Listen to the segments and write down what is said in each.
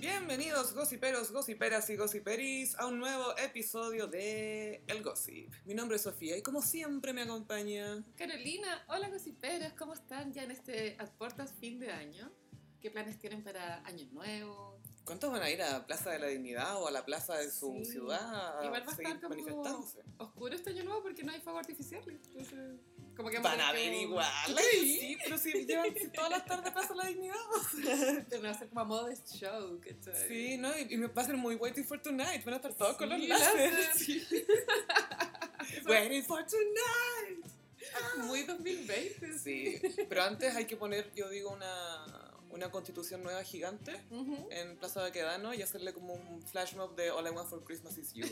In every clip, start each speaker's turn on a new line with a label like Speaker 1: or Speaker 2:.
Speaker 1: Bienvenidos gossiperos, gossiperas y gossiperis a un nuevo episodio de El Gossip. Mi nombre es Sofía y como siempre me acompaña...
Speaker 2: Carolina, hola gossiperas, ¿cómo están ya en este aportas fin de año? ¿Qué planes tienen para Año Nuevo?
Speaker 1: ¿Cuántos van a ir a la Plaza de la Dignidad o a la Plaza de su
Speaker 2: Sí.
Speaker 1: ciudad a
Speaker 2: Igual va a
Speaker 1: seguir
Speaker 2: estar como-
Speaker 1: manifestándose?
Speaker 2: Oscuro este Año Nuevo porque no hay fuego artificial, entonces... Como que
Speaker 1: Van
Speaker 2: vamos
Speaker 1: a
Speaker 2: tener
Speaker 1: ver
Speaker 2: que-
Speaker 1: igual. Sí, pero si llevan si todas las tardes Plaza de la Dignidad.
Speaker 2: Pero va a ser como a modo de show, ¿cachai?
Speaker 1: Sí, ¿no? Y, y me va a ser muy Waiting for Tonight. Van a estar todos
Speaker 2: Sí,
Speaker 1: con los
Speaker 2: láser.
Speaker 1: láseres.
Speaker 2: Eso
Speaker 1: Waiting for Tonight.
Speaker 2: es Muy 2020.
Speaker 1: Sí, pero antes hay que poner, yo digo, una, una constitución nueva gigante.
Speaker 2: Ujú.
Speaker 1: en Plaza de Quedano y hacerle como un flash mob de All I Want for Christmas is You.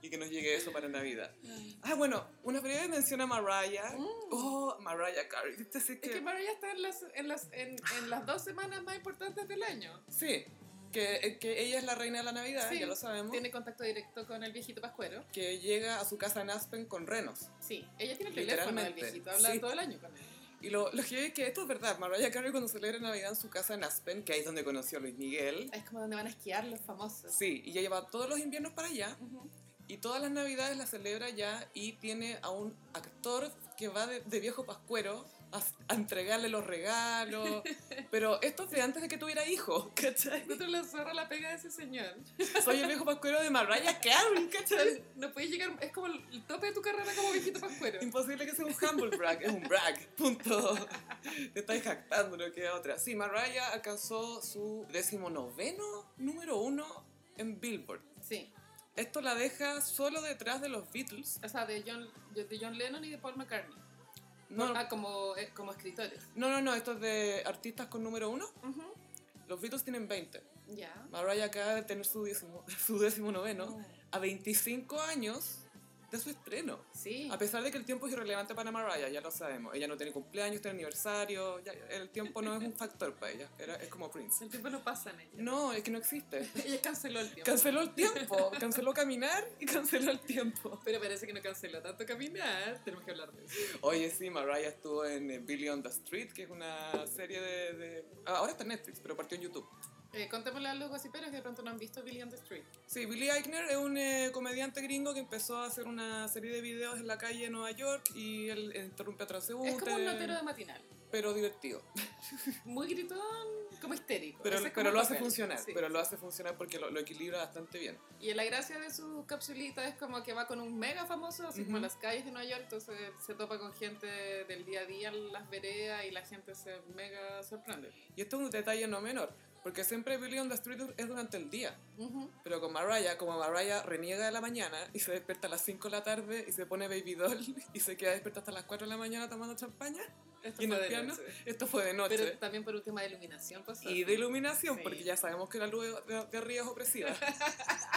Speaker 1: y que nos llegue eso para Navidad. Ah, bueno, una breve mención a Mariah. Oh, Mariah Carey. Viste, sí
Speaker 2: Mm. Es que
Speaker 1: que-
Speaker 2: Mariah está en las, en, las, en, en las dos semanas más importantes del año.
Speaker 1: Sí, que, eh, que ella es la reina de la Navidad,
Speaker 2: Sí,
Speaker 1: ya lo sabemos.
Speaker 2: Tiene contacto directo con el viejito Pascuero.
Speaker 1: Que llega a su casa en Aspen con renos.
Speaker 2: Sí, ella tiene el teléfono del
Speaker 1: Literalmente,
Speaker 2: viejito, habla
Speaker 1: sí.
Speaker 2: todo el año con él.
Speaker 1: Y lo, lo que es que esto es verdad. Mariah Carey cuando celebra Navidad en su casa en Aspen, que ahí es donde conoció a Luis Miguel.
Speaker 2: Es como donde van a esquiar los famosos.
Speaker 1: Sí, y ella lleva todos los inviernos para allá.
Speaker 2: Ujú.
Speaker 1: Y todas las navidades la celebra ya y tiene a un actor que va de, de viejo pascuero a, a entregarle los regalos. Pero esto es de antes de que tuviera hijo, ¿cachai?
Speaker 2: Encuentro la zorra la pega de ese señor.
Speaker 1: Soy el viejo pascuero de Mariah Carey, ¿cachai?
Speaker 2: No puedes llegar, es como el el tope de tu carrera como viejito pascuero.
Speaker 1: Imposible que sea un humble brag, es un brag, punto. Te estáis jactando lo que otra. Sí, Mariah alcanzó su decimonoveno número uno en Billboard.
Speaker 2: Sí,
Speaker 1: Esto la deja solo detrás de los Beatles.
Speaker 2: o sea, de John, de John Lennon y de Paul McCartney.
Speaker 1: No,
Speaker 2: Ah, como, eh, como escritores.
Speaker 1: no, no, no, esto es de artistas con número uno.
Speaker 2: Ujú.
Speaker 1: Los Beatles tienen 20.
Speaker 2: Ya.
Speaker 1: Mariah acaba de tener su décimo, su décimo noveno
Speaker 2: Oh,
Speaker 1: a 25 años de su estreno.
Speaker 2: Sí.
Speaker 1: A pesar de que el tiempo es irrelevante para Mariah, ya lo sabemos. Ella no tiene cumpleaños, tiene aniversario, ya- el tiempo no es un factor para ella. Era- es como Prince.
Speaker 2: El tiempo no pasa en ella.
Speaker 1: No, es que no existe.
Speaker 2: Ella canceló el tiempo.
Speaker 1: Canceló el tiempo, canceló caminar y canceló el tiempo.
Speaker 2: Pero parece que no canceló tanto caminar. Tenemos que hablar de eso.
Speaker 1: Oye, sí, Mariah estuvo en eh, Billy on the Street, que es una serie de... de- ah, Ahora está en Netflix, pero partió en YouTube.
Speaker 2: Eh, contémosle a los gossiperos que de pronto no han visto Billy on the Street.
Speaker 1: Sí, Billy Eichner es un eh, comediante gringo que empezó a hacer una serie de videos en la calle de Nueva York y él interrumpe a transeúntes.
Speaker 2: Es como un notero de matinal.
Speaker 1: Pero divertido.
Speaker 2: Muy gritón, como histérico.
Speaker 1: Pero,
Speaker 2: Ese es como
Speaker 1: pero
Speaker 2: el
Speaker 1: lo hace
Speaker 2: papel.
Speaker 1: funcionar,
Speaker 2: Sí.
Speaker 1: pero lo hace funcionar porque lo, lo equilibra bastante bien.
Speaker 2: Y la gracia de su capsulita es como que va con un mega famoso, así como
Speaker 1: Ujú.
Speaker 2: las calles de Nueva York, entonces se topa con gente del día a día en las veredas y la gente se mega sorprende.
Speaker 1: Y esto es un detalle no menor, porque siempre Billy on the Street es durante el día. Pero con Mariah, como Mariah reniega de la mañana y se despierta a las 5 de la tarde y se pone baby doll y se queda despierta hasta las 4 de la mañana tomando champaña,
Speaker 2: Esto
Speaker 1: ¿Y en
Speaker 2: fue
Speaker 1: el
Speaker 2: de
Speaker 1: piano?
Speaker 2: noche.
Speaker 1: esto fue de noche.
Speaker 2: Pero también por un tema de iluminación pues, pasó.
Speaker 1: Y de iluminación,
Speaker 2: Sí.
Speaker 1: porque ya sabemos que la luz de, de arriba es opresiva.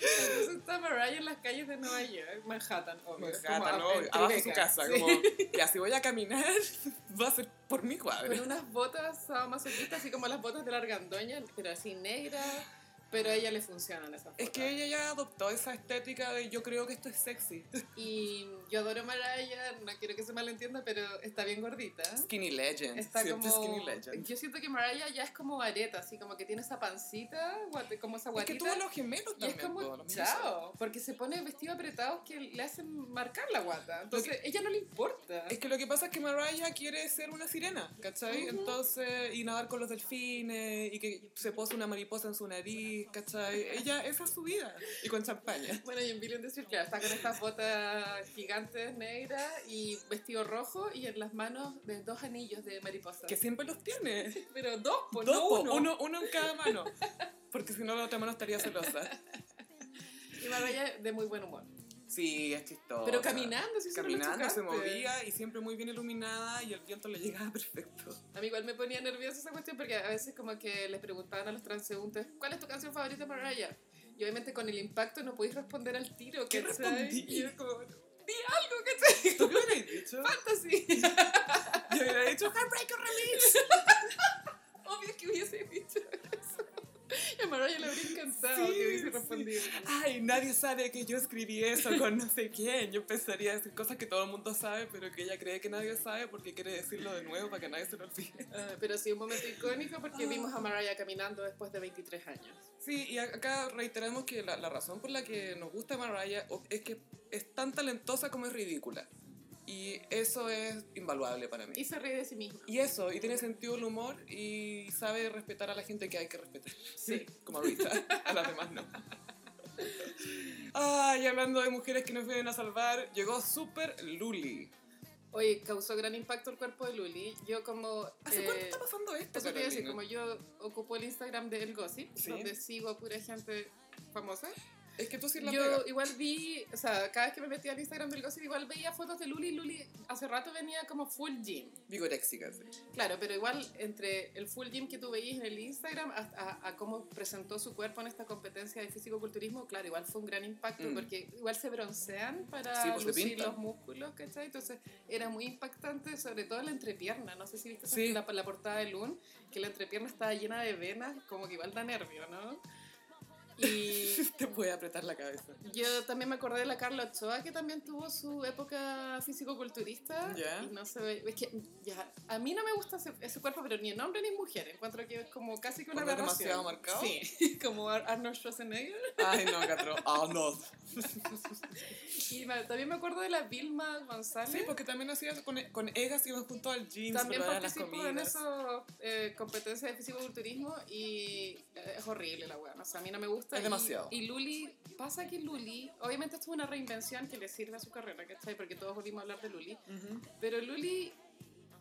Speaker 2: Entonces está Mariah en las calles de Nueva York, Manhattan, obvio.
Speaker 1: Manhattan,
Speaker 2: como
Speaker 1: ¿no?
Speaker 2: a- en
Speaker 1: Abajo de su
Speaker 2: Tribeca.
Speaker 1: casa,
Speaker 2: Sí.
Speaker 1: como, ya si voy a caminar, va a ser por mi
Speaker 2: Con
Speaker 1: cuadra.
Speaker 2: unas botas sadomasoquistas, así como las botas de la argandoña, pero así negras. Pero a ella le funcionan esas botas.
Speaker 1: Es que ella ya adoptó esa estética de yo creo que esto es sexy.
Speaker 2: Y yo adoro a Mariah, no quiero que se malentienda, pero está bien gordita.
Speaker 1: Skinny legend.
Speaker 2: Está
Speaker 1: siempre
Speaker 2: como...
Speaker 1: skinny legend.
Speaker 2: Yo siento que Mariah ya es como areta, así como que tiene esa pancita, guate- como esa
Speaker 1: Es
Speaker 2: guatita.
Speaker 1: que tuvo los gemelos
Speaker 2: y es
Speaker 1: también. po,
Speaker 2: como,
Speaker 1: los mellizos.
Speaker 2: chao, porque se pone vestido apretado que le hacen marcar la guata. Entonces, ella no le importa.
Speaker 1: Es que lo que pasa es que Mariah quiere ser una sirena, ¿cachai?
Speaker 2: Ujú.
Speaker 1: Entonces, y nadar con los delfines, y que se pose una mariposa en su nariz, ¿cachai? Ella, esa es su vida. Y con champaña.
Speaker 2: Bueno, y en Billion Desert, claro, está con estas botas gigantes negras y vestido rojo y en las manos de dos anillos de mariposa.
Speaker 1: Que siempre los tiene.
Speaker 2: Pero dos, pues,
Speaker 1: Dos,
Speaker 2: no
Speaker 1: po,
Speaker 2: uno.
Speaker 1: uno. uno en cada mano. Porque si no, la otra mano estaría celosa.
Speaker 2: Y Mariah de muy buen humor.
Speaker 1: Sí, es chistoso.
Speaker 2: Pero caminando, sí,
Speaker 1: Caminando, se
Speaker 2: chocante.
Speaker 1: movía y siempre muy bien iluminada y el viento le llegaba perfecto.
Speaker 2: A mí igual me ponía nerviosa esa cuestión porque a veces como que les preguntaban a los transeúntes, ¿cuál es tu canción favorita de Mariah? Y obviamente con el impacto no podéis responder al tiro,
Speaker 1: ¿Qué
Speaker 2: ¿cachai?
Speaker 1: respondí?
Speaker 2: Y yo como, di algo, ¿cachai?
Speaker 1: ¿Tú qué hubieras dicho?
Speaker 2: Fantasy.
Speaker 1: Yo hubiera dicho Heartbreaker Release.
Speaker 2: Obvio que hubiese dicho eso. Y a Mariah le habría encantado
Speaker 1: Sí,
Speaker 2: que hubiese
Speaker 1: sí.
Speaker 2: respondido.
Speaker 1: I nadie sabe que yo escribí eso con no sé quién. Yo empezaría a decir cosas que todo el mundo sabe, pero que ella cree que nadie sabe porque quiere decirlo de nuevo para que nadie se lo olvide.
Speaker 2: Ah, pero sí, un momento icónico
Speaker 1: Ah.
Speaker 2: porque vimos a Mariah caminando después de 23 años.
Speaker 1: Sí, y acá reiteramos que la, la razón por la que nos gusta Mariah o- es que es tan talentosa como es ridícula. Y eso es invaluable para mí.
Speaker 2: Y se ríe de sí misma.
Speaker 1: Y eso, y tiene sentido el humor y sabe respetar a la gente que hay que respetar.
Speaker 2: Sí.
Speaker 1: Como ahorita, a las demás no. Ay, hablando de mujeres que nos vienen a salvar, llegó Super Luli.
Speaker 2: Oye, causó gran impacto el cuerpo de Luli. Yo como...
Speaker 1: ¿Hace
Speaker 2: eh,
Speaker 1: cuánto está pasando esto,
Speaker 2: Eso te iba a decir,
Speaker 1: Carolina?
Speaker 2: como yo ocupo el Instagram de El Gossip,
Speaker 1: Sí.
Speaker 2: donde sigo a pura gente famosa.
Speaker 1: Es que tú sí la pegas.
Speaker 2: Yo igual vi, o sea, cada vez que me metía al Instagram del Gossip, igual veía fotos de Luli. Luli hace rato venía como full gym.
Speaker 1: Vigoréxica, sí.
Speaker 2: Claro, pero igual entre el full gym que tú veías en el Instagram hasta a, a cómo presentó su cuerpo en esta competencia de físico-culturismo, claro, igual fue un gran impacto
Speaker 1: Mm.
Speaker 2: porque igual se broncean para
Speaker 1: Sí, pues, se
Speaker 2: lucir
Speaker 1: pintan.
Speaker 2: los músculos, ¿cachai? Entonces era muy impactante, sobre todo la entrepierna. No sé si viste esa-
Speaker 1: Sí.
Speaker 2: la, la portada de Loon, que la entrepierna estaba llena de venas, como que igual da nervio, ¿no? Y
Speaker 1: Te puede apretar la cabeza.
Speaker 2: yo también me acordé de la Carla Ochoa, que también tuvo su época físico-culturista.
Speaker 1: Ya.
Speaker 2: Y no se ve. Es que ya, a mí no me gusta ese, ese cuerpo, pero ni en hombre ni en mujer. Encuentro que es como casi que una
Speaker 1: ¿Cuando es
Speaker 2: aberración.
Speaker 1: demasiado marcado?
Speaker 2: Sí, como Ar- Arnold Schwarzenegger.
Speaker 1: Ay, no, Catro. Ah, no.
Speaker 2: Y me- también me acuerdo de la Vilma González.
Speaker 1: Sí, porque también hacías con, con Egas iban junto al gym, se
Speaker 2: también
Speaker 1: preparaban las
Speaker 2: participó en
Speaker 1: comidas.
Speaker 2: esas competencias de fisicoculturismo y eh, es horrible la weá. O sea, a mí no me gusta.
Speaker 1: Es
Speaker 2: Y-
Speaker 1: demasiado.
Speaker 2: Y, Luli, pasa que Luli, obviamente esto es una reinvención que le sirve a su carrera, ¿cachai? Porque todos volvimos a hablar de Luli.
Speaker 1: Ujú.
Speaker 2: Pero Luli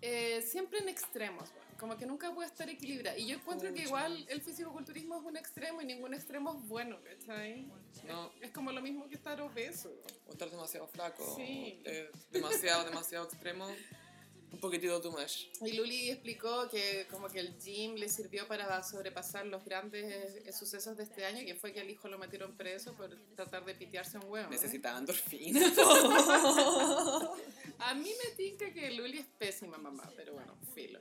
Speaker 2: eh, siempre en extremos, weón. como que nunca puede estar equilibrada. Y yo encuentro que
Speaker 1: Pucha.
Speaker 2: igual el fisicoculturismo es un extremo y ningún extremo es bueno, ¿cachai?
Speaker 1: No,
Speaker 2: Es como lo mismo que estar obeso.
Speaker 1: o estar demasiado flaco,
Speaker 2: Sí.
Speaker 1: eh, demasiado, demasiado extremo, un poquitito too much.
Speaker 2: Y Luli explicó que como que el gym le sirvió para sobrepasar los grandes eh, sucesos de este año, que fue que al hijo lo metieron preso por tratar de pitearse a un huevo.
Speaker 1: Necesitaba endorfina.
Speaker 2: A mí me tinca que Luli es pésima mamá, pero bueno, filo.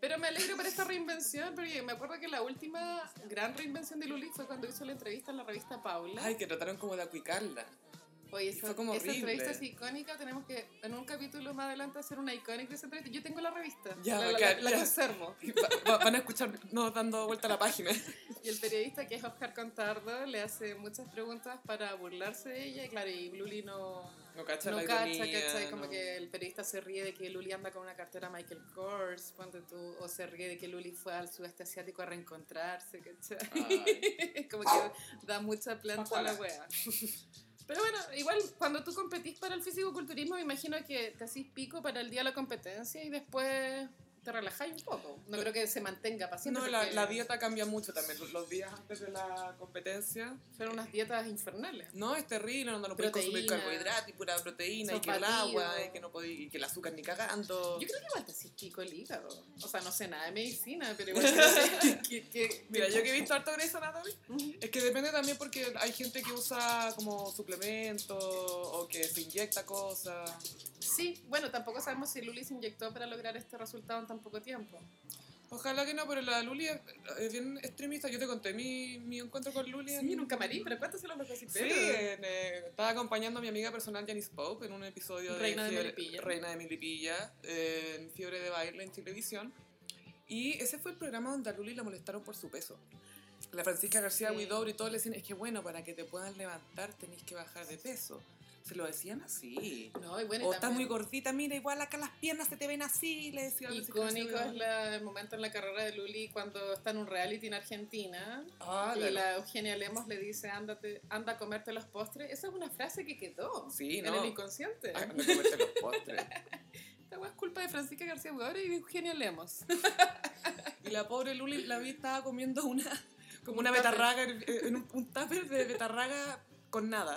Speaker 2: Pero me alegro por esta reinvención, porque me acuerdo que la última gran reinvención de Luli fue cuando hizo la entrevista en la revista Paula.
Speaker 1: Ay, que trataron como de acuicarla.
Speaker 2: Oye, esa,
Speaker 1: fue como
Speaker 2: esa
Speaker 1: horrible.
Speaker 2: entrevista es icónica, tenemos que en un capítulo más adelante hacer una icónica esa entrevista. Yo tengo la revista,
Speaker 1: Ya,
Speaker 2: la, la-
Speaker 1: bacán,
Speaker 2: la
Speaker 1: ya.
Speaker 2: conservo.
Speaker 1: Y va- va- van a escucharnos dando vuelta a la página.
Speaker 2: Y el periodista que es Oscar Contardo le hace muchas preguntas para burlarse de ella, y claro, y Luli no,
Speaker 1: No cacha
Speaker 2: no
Speaker 1: la
Speaker 2: cacha,
Speaker 1: ironía,
Speaker 2: ¿cachai? Como
Speaker 1: no.
Speaker 2: que el periodista se ríe de que Luli anda con una cartera Michael Kors, ponte tú, o se ríe de que Luli fue al sudeste asiático a reencontrarse, ¿cachai?
Speaker 1: Ay,
Speaker 2: como que da mucha planta a la wea. Pero bueno, igual cuando tú competís para el fisicoculturismo, me imagino que te hacís pico para el día de la competencia y después te relajáis un poco. No creo que se mantenga para siempre.
Speaker 1: no, la,
Speaker 2: porque
Speaker 1: la dieta cambia mucho también. Los- Los días antes de la competencia.
Speaker 2: Son unas dietas infernales.
Speaker 1: No, es terrible, no, no puedes consumir
Speaker 2: Proteína.
Speaker 1: carbohidratos y pura proteína,
Speaker 2: Son
Speaker 1: y que el
Speaker 2: batidos.
Speaker 1: agua, y que, no podí- y que el azúcar ni cagando.
Speaker 2: Yo creo que igual te hacís pico el hígado. O sea, no sé nada de medicina, pero igual creo que, que- que-
Speaker 1: Mira, yo que he visto harto Grey's Anatomy,
Speaker 2: Ujú.
Speaker 1: Es que depende también porque hay gente que usa como suplementos o que se inyecta cosas.
Speaker 2: Sí, bueno, tampoco sabemos si Luli se inyectó para lograr este resultado en tan poco tiempo.
Speaker 1: Ojalá que no, pero la Luli es, es bien extremista. Yo te conté mi, mi encuentro con Luli. en-
Speaker 2: Sí, en un camarín, pero cuéntaselo a los
Speaker 1: Sí,
Speaker 2: cosiperos.
Speaker 1: en, eh, estaba acompañando a mi amiga personal Janice Pope en un episodio
Speaker 2: Reina de
Speaker 1: Fiebre-
Speaker 2: Milipilla.
Speaker 1: Reina de Milipilla, eh, en Fiebre de Baile en televisión. Y ese fue el programa donde a Luli la molestaron por su peso. La Francisca García
Speaker 2: Sí.
Speaker 1: Huidobro y todos le decían, es que bueno, para que te puedan levantar tenés que bajar de peso. Se lo decían así.
Speaker 2: No, y bueno, y
Speaker 1: O estás muy
Speaker 2: también
Speaker 1: gordita, mira, igual acá las piernas se te ven así, le decía. la Francisca García
Speaker 2: icónico es
Speaker 1: Huidobro.
Speaker 2: la- el momento en la carrera de Luli cuando está en un reality en Argentina
Speaker 1: Ah, la-
Speaker 2: y la Eugenia Lemos le dice, Ándate, anda a comerte los postres. Esa es una frase que quedó
Speaker 1: Sí,
Speaker 2: en
Speaker 1: no. Ah.
Speaker 2: el inconsciente.
Speaker 1: Ay, no comerte los postres.
Speaker 2: Esta hueá es culpa de Francisca García Huidobro y de Eugenia Lemos.
Speaker 1: Y la pobre Luli, la vi, estaba comiendo una, como
Speaker 2: Un
Speaker 1: una
Speaker 2: tupper.
Speaker 1: betarraga, en, en un, un tupper de betarraga con nada.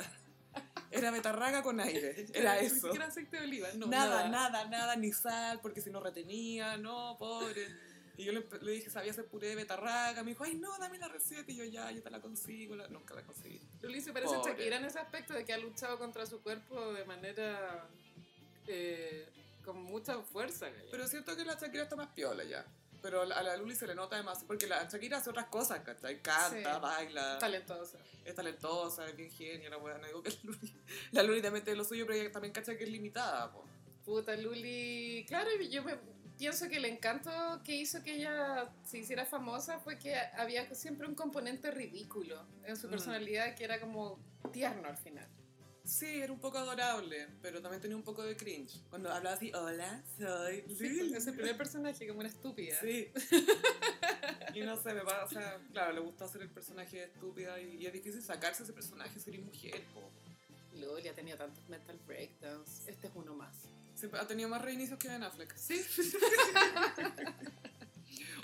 Speaker 1: Era betarraga con aire, era eso.
Speaker 2: Gran aceite de oliva, no.
Speaker 1: Nada, nada, nada, ni sal, porque si no retenía, no, pobre. Y yo le, le dije, sabía hacer puré de betarraga. Me dijo, ay, no, dame la receta. Y yo, ya, yo te la consigo. La- nunca la conseguí.
Speaker 2: Luli se parece
Speaker 1: Pobre.
Speaker 2: a Shakira en ese aspecto de que ha luchado contra su cuerpo de manera. eh, con mucha fuerza. gaya.
Speaker 1: Pero siento que la Shakira está más piola ya. Pero a la Luli se le nota además, porque la Shakira hace otras cosas, ¿cachai? Canta,
Speaker 2: Sí.
Speaker 1: baila,
Speaker 2: Talentosa.
Speaker 1: es talentosa, es bien genia, la weá. No digo que la Luli, la Luli también tiene lo suyo, pero ella también cacha que es limitada, po.
Speaker 2: Puta, Luli. Claro, yo me- pienso que el encanto que hizo que ella se hiciera famosa fue que había siempre un componente ridículo en su
Speaker 1: Mm.
Speaker 2: personalidad que era como tierno al final.
Speaker 1: Sí, era un poco adorable, pero también tenía un poco de cringe. Cuando hablaba así, hola, soy
Speaker 2: Sí,
Speaker 1: Luli.
Speaker 2: ese primer personaje, como una estúpida.
Speaker 1: Sí. y no sé, me pasa, o sea, claro, le gusta hacer el personaje de estúpida y, y es difícil sacarse ese personaje, ser mujer, po.
Speaker 2: Lol, ya tenía tantos mental breakdowns. Este es uno más.
Speaker 1: Siempre ha tenido más reinicios que Ben Affleck. Sí.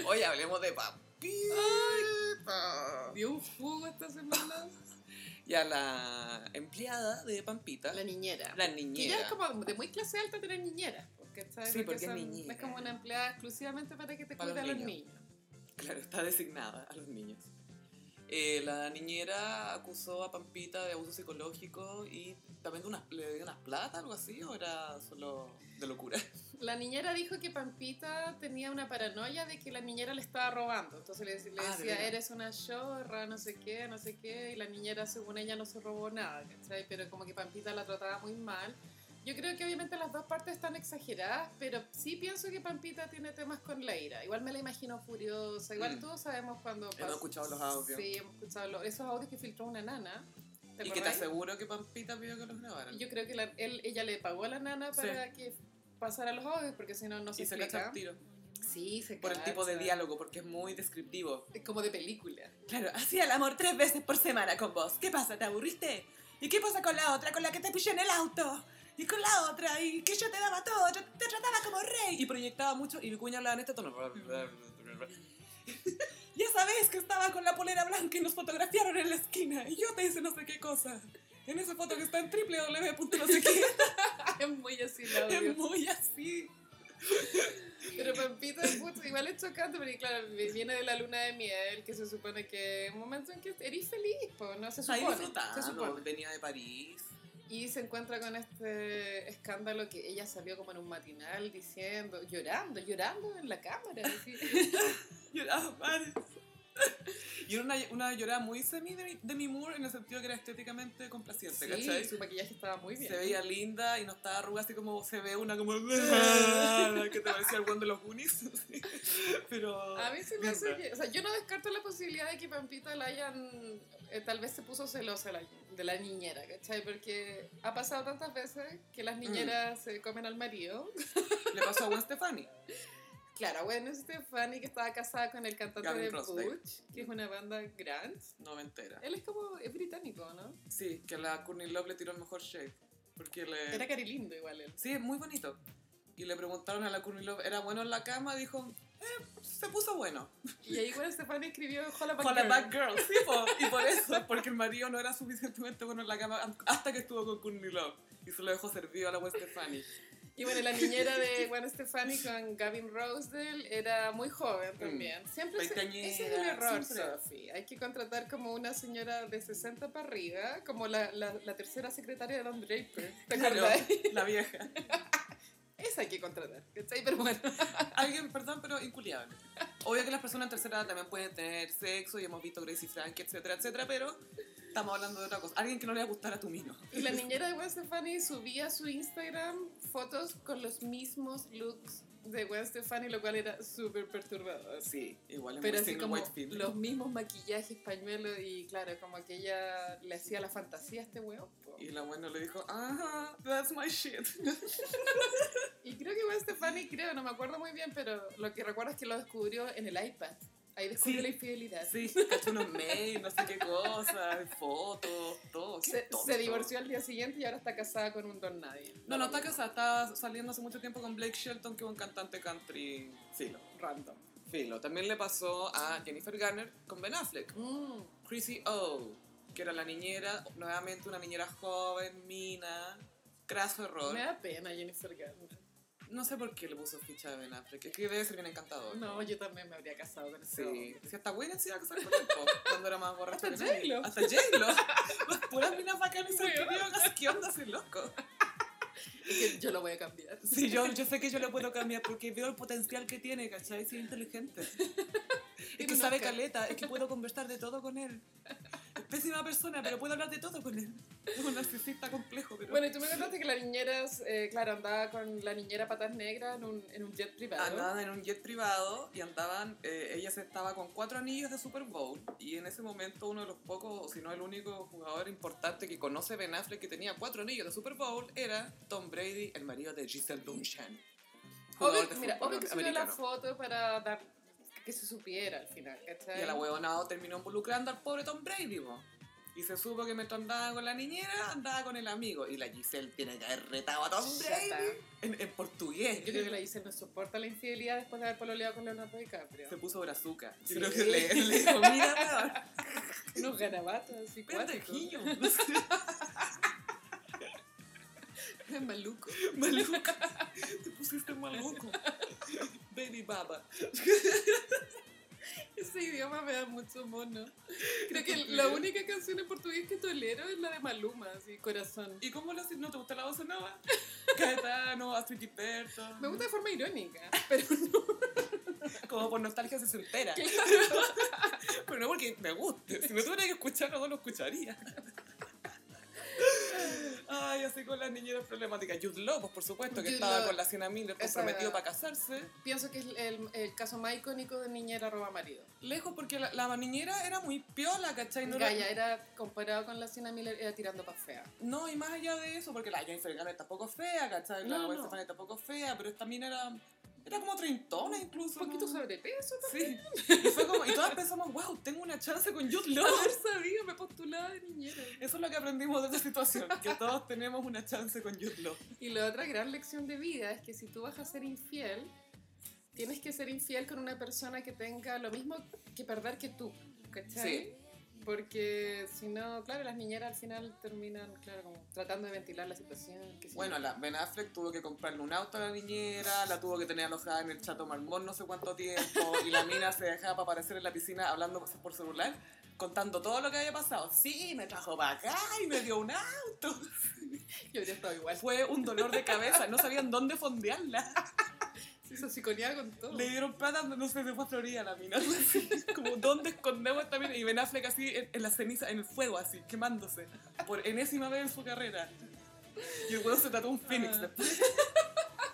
Speaker 1: Oye, hablemos de Pampita.
Speaker 2: Dio un jugo esta semana.
Speaker 1: Y a la empleada de Pampita,
Speaker 2: La
Speaker 1: la,
Speaker 2: niñera. Que
Speaker 1: niñera.
Speaker 2: ya es como de muy clase alta tener niñeras. pues, Porque, ¿sabes?
Speaker 1: Sí, porque es
Speaker 2: son-
Speaker 1: niñera.
Speaker 2: Es como una empleada exclusivamente para que te
Speaker 1: Para
Speaker 2: cuide a
Speaker 1: los
Speaker 2: los
Speaker 1: niños.
Speaker 2: niños.
Speaker 1: Claro, está designada a los niños. Eh, la niñera acusó a Pampita de abuso psicológico y también de unas, le dio unas plata, algo así, o era solo de locura.
Speaker 2: La niñera dijo que Pampita tenía una paranoia de que la niñera le estaba robando. Entonces le, le
Speaker 1: Ah, ¿de
Speaker 2: decía,
Speaker 1: veras?
Speaker 2: eres una chorra, no sé qué, no sé qué. Y la niñera, según ella, no se robó nada, ¿cachai? Pero como que Pampita la trataba muy mal. Yo creo que obviamente las dos partes están exageradas, pero sí pienso que Pampita tiene temas con la ira. Igual me la imagino furiosa. Igual
Speaker 1: Mm.
Speaker 2: todos sabemos cuando... pas-
Speaker 1: Hemos escuchado los audios.
Speaker 2: Sí, hemos escuchado los- esos audios que filtró una nana.
Speaker 1: Y
Speaker 2: ¿Te
Speaker 1: que te
Speaker 2: acordáis?
Speaker 1: aseguro que Pampita pidió que los grabaran.
Speaker 2: Y Yo creo que la- él, ella le pagó a la nana
Speaker 1: Sí.
Speaker 2: para que pasara los audios, porque si no, no se
Speaker 1: Y se le
Speaker 2: explica.
Speaker 1: echa un tiro.
Speaker 2: Sí, se
Speaker 1: Por el tipo de
Speaker 2: cacha.
Speaker 1: diálogo, porque es muy descriptivo.
Speaker 2: Es Como de película.
Speaker 1: Claro, hacía el amor tres veces por semana con vos. ¿Qué pasa? ¿Te aburriste? ¿Y qué pasa con la otra, con la que te pillé en el auto? Y con la otra, y que yo te daba todo, yo te trataba como rey. Y proyectaba mucho, y mi cuña hablaba en este tono. ya sabes que estaba con la polera blanca y nos fotografiaron en la esquina. Y yo te hice no sé qué cosa. En esa foto que está en www. no sé qué.
Speaker 2: es muy así la
Speaker 1: Es muy así.
Speaker 2: Pero Pampita, puta, igual es chocante, porque claro, viene de la luna de miel, que se supone que es un momento en que eres feliz, po, ¿no? Se
Speaker 1: Ahí
Speaker 2: supone.
Speaker 1: disfrutando,
Speaker 2: Se supone.
Speaker 1: venía de París.
Speaker 2: Y se encuentra con este escándalo que ella salió como en un matinal diciendo, llorando, llorando en la cámara. así.
Speaker 1: Lloraba mares. Y era una, una llorada muy semi de, de mi Moore en el sentido que era estéticamente complaciente,
Speaker 2: sí,
Speaker 1: ¿cachai?
Speaker 2: su maquillaje estaba muy bien.
Speaker 1: Se veía linda y no estaba arruga así como se ve una como que te parecía el one de los Goonies. así. Pero
Speaker 2: A mí se me hace
Speaker 1: linda.
Speaker 2: que, o sea, yo no descarto la posibilidad de que Pampita la hayan, eh, tal vez se puso celosa la- de la niñera, ¿cachai? Porque ha pasado tantas veces que las
Speaker 1: Mm.
Speaker 2: niñeras se comen al marido.
Speaker 1: le pasó a Gwen Stefani.
Speaker 2: Claro, bueno, es Stefani que estaba casada con el cantante
Speaker 1: Gavin
Speaker 2: de
Speaker 1: Rossdale.
Speaker 2: Butch, que es una banda grand.
Speaker 1: No me entera.
Speaker 2: Él es como, es británico, ¿no?
Speaker 1: Sí, que la Courtney Love le tiró el mejor shake. Porque le...
Speaker 2: Era cari lindo igual él.
Speaker 1: Sí, es muy bonito. Y le preguntaron a la Courtney Love, ¿era bueno en la cama? Dijo, "Eh, se puso bueno.
Speaker 2: Y ahí, bueno, Stefani escribió Hollaback
Speaker 1: Con la
Speaker 2: Girl.
Speaker 1: Bad Girl, sí, po. y por eso, porque el marido no era suficientemente bueno en la cama hasta que estuvo con Courtney Love y se lo dejó servido a la Gwen Stefani.
Speaker 2: Y bueno, la niñera de Gwen Stefani con Gavin Rosedale era muy joven también. Siempre se-
Speaker 1: Veinteañera,
Speaker 2: ese es el error,
Speaker 1: siempre.
Speaker 2: Sophie. Hay que contratar como una señora de 60 para arriba, como la, la, la tercera secretaria de Don Draper. ¿Te acordás?
Speaker 1: la vieja.
Speaker 2: Esa hay que contratar, ¿cachai? Pero bueno,
Speaker 1: Alguien, perdón, pero inculiable. Obvio que las personas en tercera edad también pueden tener sexo y hemos visto Gracie Frank, etcétera, etcétera, pero estamos hablando de otra cosa. Alguien que no le va a gustar a tu mino.
Speaker 2: y la niñera de Gwen Stefani subía a su Instagram fotos con los mismos looks de Gwen Stefani, lo cual era súper perturbador.
Speaker 1: Sí, igual es
Speaker 2: Pero
Speaker 1: muy
Speaker 2: así
Speaker 1: single
Speaker 2: como
Speaker 1: white female.
Speaker 2: los mismos maquillajes, pañuelos y claro, como que ella le hacía la fantasía a este weón. po.
Speaker 1: Y la buena le dijo, ah, that's my shit.
Speaker 2: Y creo que Gwen Stefani, creo, no me acuerdo muy bien, pero lo que recuerdo es que lo descubrió en el iPad. Ahí descubrió
Speaker 1: Sí.
Speaker 2: la infidelidad.
Speaker 1: Sí, cachó unos mails, no sé qué cosas, fotos, todo. Qué
Speaker 2: Se,
Speaker 1: tonto.
Speaker 2: se divorció al día siguiente y ahora está casada con un don nadie.
Speaker 1: No, no está casada, está saliendo hace mucho tiempo con Blake Shelton, que es un cantante country. Filo.
Speaker 2: Random.
Speaker 1: Filo. También le pasó a Jennifer Garner con Ben Affleck.
Speaker 2: Mm.
Speaker 1: Chrissy O, que era la niñera, nuevamente una niñera joven, mina, craso error.
Speaker 2: Me da pena Jennifer Garner.
Speaker 1: No sé por qué le puso ficha a Ben Affleck, es que debe ser bien encantador.
Speaker 2: No, yo también me habría casado con ese
Speaker 1: Sí,
Speaker 2: hombre.
Speaker 1: si hasta Wayne se iba a casar con él, po, cuando era más borracho
Speaker 2: Hasta
Speaker 1: que
Speaker 2: J-Lo.
Speaker 1: nadie. Hasta J-Lo. Las puras minas bacanas se
Speaker 2: Weón.
Speaker 1: querían, ¿qué onda ese loco?
Speaker 2: que yo lo voy a cambiar.
Speaker 1: Sí, yo, yo sé que yo lo puedo cambiar porque veo el potencial que tiene, ¿cachai? Sí, inteligente. Es que
Speaker 2: un
Speaker 1: sabe
Speaker 2: Oscar.
Speaker 1: caleta, es que puedo conversar de todo con él. Es pésima persona, pero puedo hablar de todo con él. Es un narcisista complejo, pero...
Speaker 2: Bueno, y tú me contaste que la niñera, eh, claro, andaba con la niñera patas negras en un, en un jet privado.
Speaker 1: Andaban en un jet privado y andaban, eh, ella se estaba con cuatro anillos de Super Bowl y en ese momento uno de los pocos, o si no el único jugador importante que conoce Ben Affleck que tenía cuatro anillos de Super Bowl era Tom Brady, el marido de Giselle Duncan.
Speaker 2: Obvio,
Speaker 1: jugador de
Speaker 2: mira,
Speaker 1: fútbol
Speaker 2: obvio que subió la
Speaker 1: americano.
Speaker 2: foto para dar que se supiera al final, ¿cachai?
Speaker 1: Y el ahueonado terminó involucrando al pobre Tom Brady, po. Y se supo que mientras andaba con la niñera, andaba con el amigo. Y la Giselle tiene que haber retado a Tom
Speaker 2: Chata.
Speaker 1: Brady. En, en portugués.
Speaker 2: Yo creo que la Giselle no soporta la infidelidad después de haber pololeado con Leonardo DiCaprio.
Speaker 1: Se puso brazuca. Yo
Speaker 2: Sí.
Speaker 1: creo que le, le dijo, mira, weón,
Speaker 2: Unos garabatos así cuáticos.
Speaker 1: Pendejillo.
Speaker 2: Maluco.
Speaker 1: Maluca. Te pusiste maluco. Baby baba.
Speaker 2: Ese idioma me da mucho mono. Creo que la única canción en portugués que tolero es la de Maluma, así, corazón.
Speaker 1: ¿Y cómo lo haces? ¿No te gusta la voz nova? Caetano, Astrid Gilberto.
Speaker 2: Me gusta de forma irónica, pero no.
Speaker 1: Como por nostalgia se entera. Pero no porque me guste. Si me tuviera que escucharlo, no lo escucharía. Ay, así con las niñeras problemáticas. Jude Law, pues, por supuesto, que
Speaker 2: Jude
Speaker 1: estaba
Speaker 2: Law.
Speaker 1: con la Sienna Miller
Speaker 2: Esa-
Speaker 1: comprometido para casarse.
Speaker 2: Pienso que es el, el caso más icónico de niñera roba marido.
Speaker 1: Lejos, porque la, la niñera era muy piola, ¿cachai? No era-
Speaker 2: Gaya era, comparado con la Sina Miller, era tirando pa' fea.
Speaker 1: No, y más allá de eso, porque la Jennifer Garner tampoco es fea, ¿cachai? La
Speaker 2: No,
Speaker 1: Gwen
Speaker 2: no.
Speaker 1: Stefani tampoco es fea, pero esta mina era, era como treintona incluso.
Speaker 2: Un poquito
Speaker 1: ¿no?
Speaker 2: sobrepeso.
Speaker 1: Sí. Y, fue como, y todas pensamos, wow, tengo una chance con Jude Law.
Speaker 2: Haber sabido, me postulaba de niñera.
Speaker 1: Eso es lo que aprendimos de esta situación, que todos tenemos una chance con Jude Law.
Speaker 2: Y la otra gran lección de vida es que si tú vas a ser infiel, tienes que ser infiel con una persona que tenga lo mismo que perder que tú, ¿cachai?
Speaker 1: Sí.
Speaker 2: Porque si no, claro, las niñeras al final terminan, claro, como tratando de ventilar la situación. que si
Speaker 1: Bueno, la Ben Affleck tuvo que comprarle un auto a la niñera, la tuvo que tener alojada en el Chato Marmón no sé cuánto tiempo, y la mina se dejaba para aparecer en la piscina hablando por celular, contando todo lo que había pasado. Sí, me trajo para acá y me dio un auto.
Speaker 2: Yo habría estado igual.
Speaker 1: Fue un dolor de cabeza, no sabían dónde fondearla.
Speaker 2: Sí, se psiconeaba con todo.
Speaker 1: Le dieron plata, no sé, se fue a Florida la mina. algo así. Como, ¿dónde escondemos esta mina? Y Ben Affleck así en, en la ceniza, en el fuego, así, quemándose. Por enésima vez en su carrera. Y el huevo se trató un Phoenix
Speaker 2: Ah.
Speaker 1: después.
Speaker 2: Ay,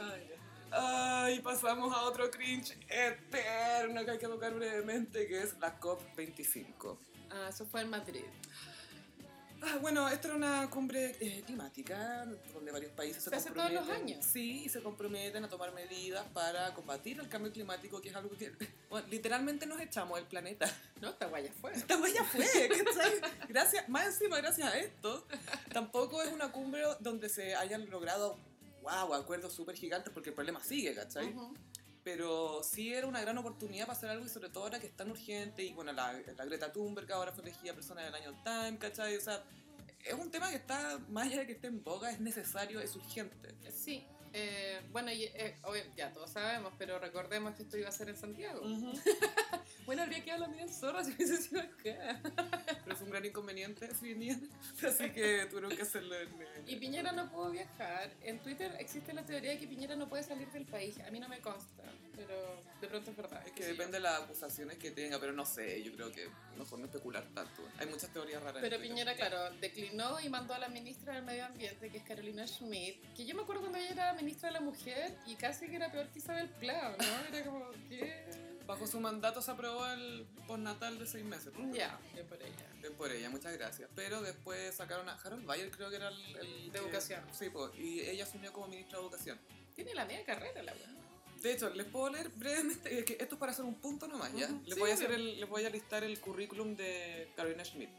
Speaker 2: Ah, ya.
Speaker 1: Ay, pasamos a otro cringe eterno que hay que tocar brevemente, que es la COP25.
Speaker 2: Ah, eso fue en Madrid.
Speaker 1: Ah, bueno, esta era una cumbre eh, climática donde varios países se,
Speaker 2: Se hace
Speaker 1: comprometen-
Speaker 2: todos los años.
Speaker 1: Sí, y se comprometen a tomar medidas para combatir el cambio climático, que es algo que bueno, literalmente nos echamos el planeta.
Speaker 2: No, esta guaya fue.
Speaker 1: Esta huella fue, ¿cachai? Gracias, más encima, gracias a esto, tampoco es una cumbre donde se hayan logrado, wow, acuerdos súper gigantes, porque el problema sigue, ¿cachai?
Speaker 2: Ujú.
Speaker 1: pero sí era una gran oportunidad para hacer algo y sobre todo ahora que es tan urgente y bueno, la, la Greta Thunberg que ahora fue elegida persona del año Time, ¿cachai? O sea, es un tema que está, más allá de que esté en boga, es necesario, es urgente.
Speaker 2: Sí. eh, bueno, y, eh, obvio- ya todos sabemos, pero recordemos que esto iba a ser en Santiago. Bueno, habría quedado la mía en zorra si hubiese sido acá.
Speaker 1: Pero fue un gran inconveniente si venían, así que tuvieron que hacerlo en... en-
Speaker 2: Y Piñera no pudo viajar. En Twitter existe la teoría de que Piñera no puede salir del país. A mí no me consta, pero de pronto es verdad.
Speaker 1: Es
Speaker 2: qué
Speaker 1: que
Speaker 2: sé
Speaker 1: depende
Speaker 2: yo.
Speaker 1: de las acusaciones que tenga, pero no sé, yo creo que mejor no especular tanto. Hay muchas teorías raras. en
Speaker 2: Pero
Speaker 1: Twitter.
Speaker 2: Piñera, claro, declinó y mandó a la ministra del Medio Ambiente, que es Carolina Schmidt, que yo me acuerdo cuando ella era ministra de la Mujer y casi que era peor que Isabel Plao, ¿no? Era como, ¿qué?
Speaker 1: Bajo su mandato se aprobó el postnatal de seis meses. por
Speaker 2: Ya,
Speaker 1: ejemplo.
Speaker 2: bien por ella.
Speaker 1: Bien por ella, muchas gracias. Pero después sacaron a Harold Bayer, creo que era el... el
Speaker 2: De
Speaker 1: que-
Speaker 2: educación.
Speaker 1: Sí, po, y ella asumió como ministra de educación.
Speaker 2: Tiene la media carrera la weá.
Speaker 1: De hecho, les puedo leer brevemente, eh, que esto es para hacer un punto nomás, ¿ya?
Speaker 2: Ujú.
Speaker 1: les,
Speaker 2: Sí,
Speaker 1: voy a
Speaker 2: obvio.
Speaker 1: hacer el- les voy a listar el currículum de Carolina Schmidt.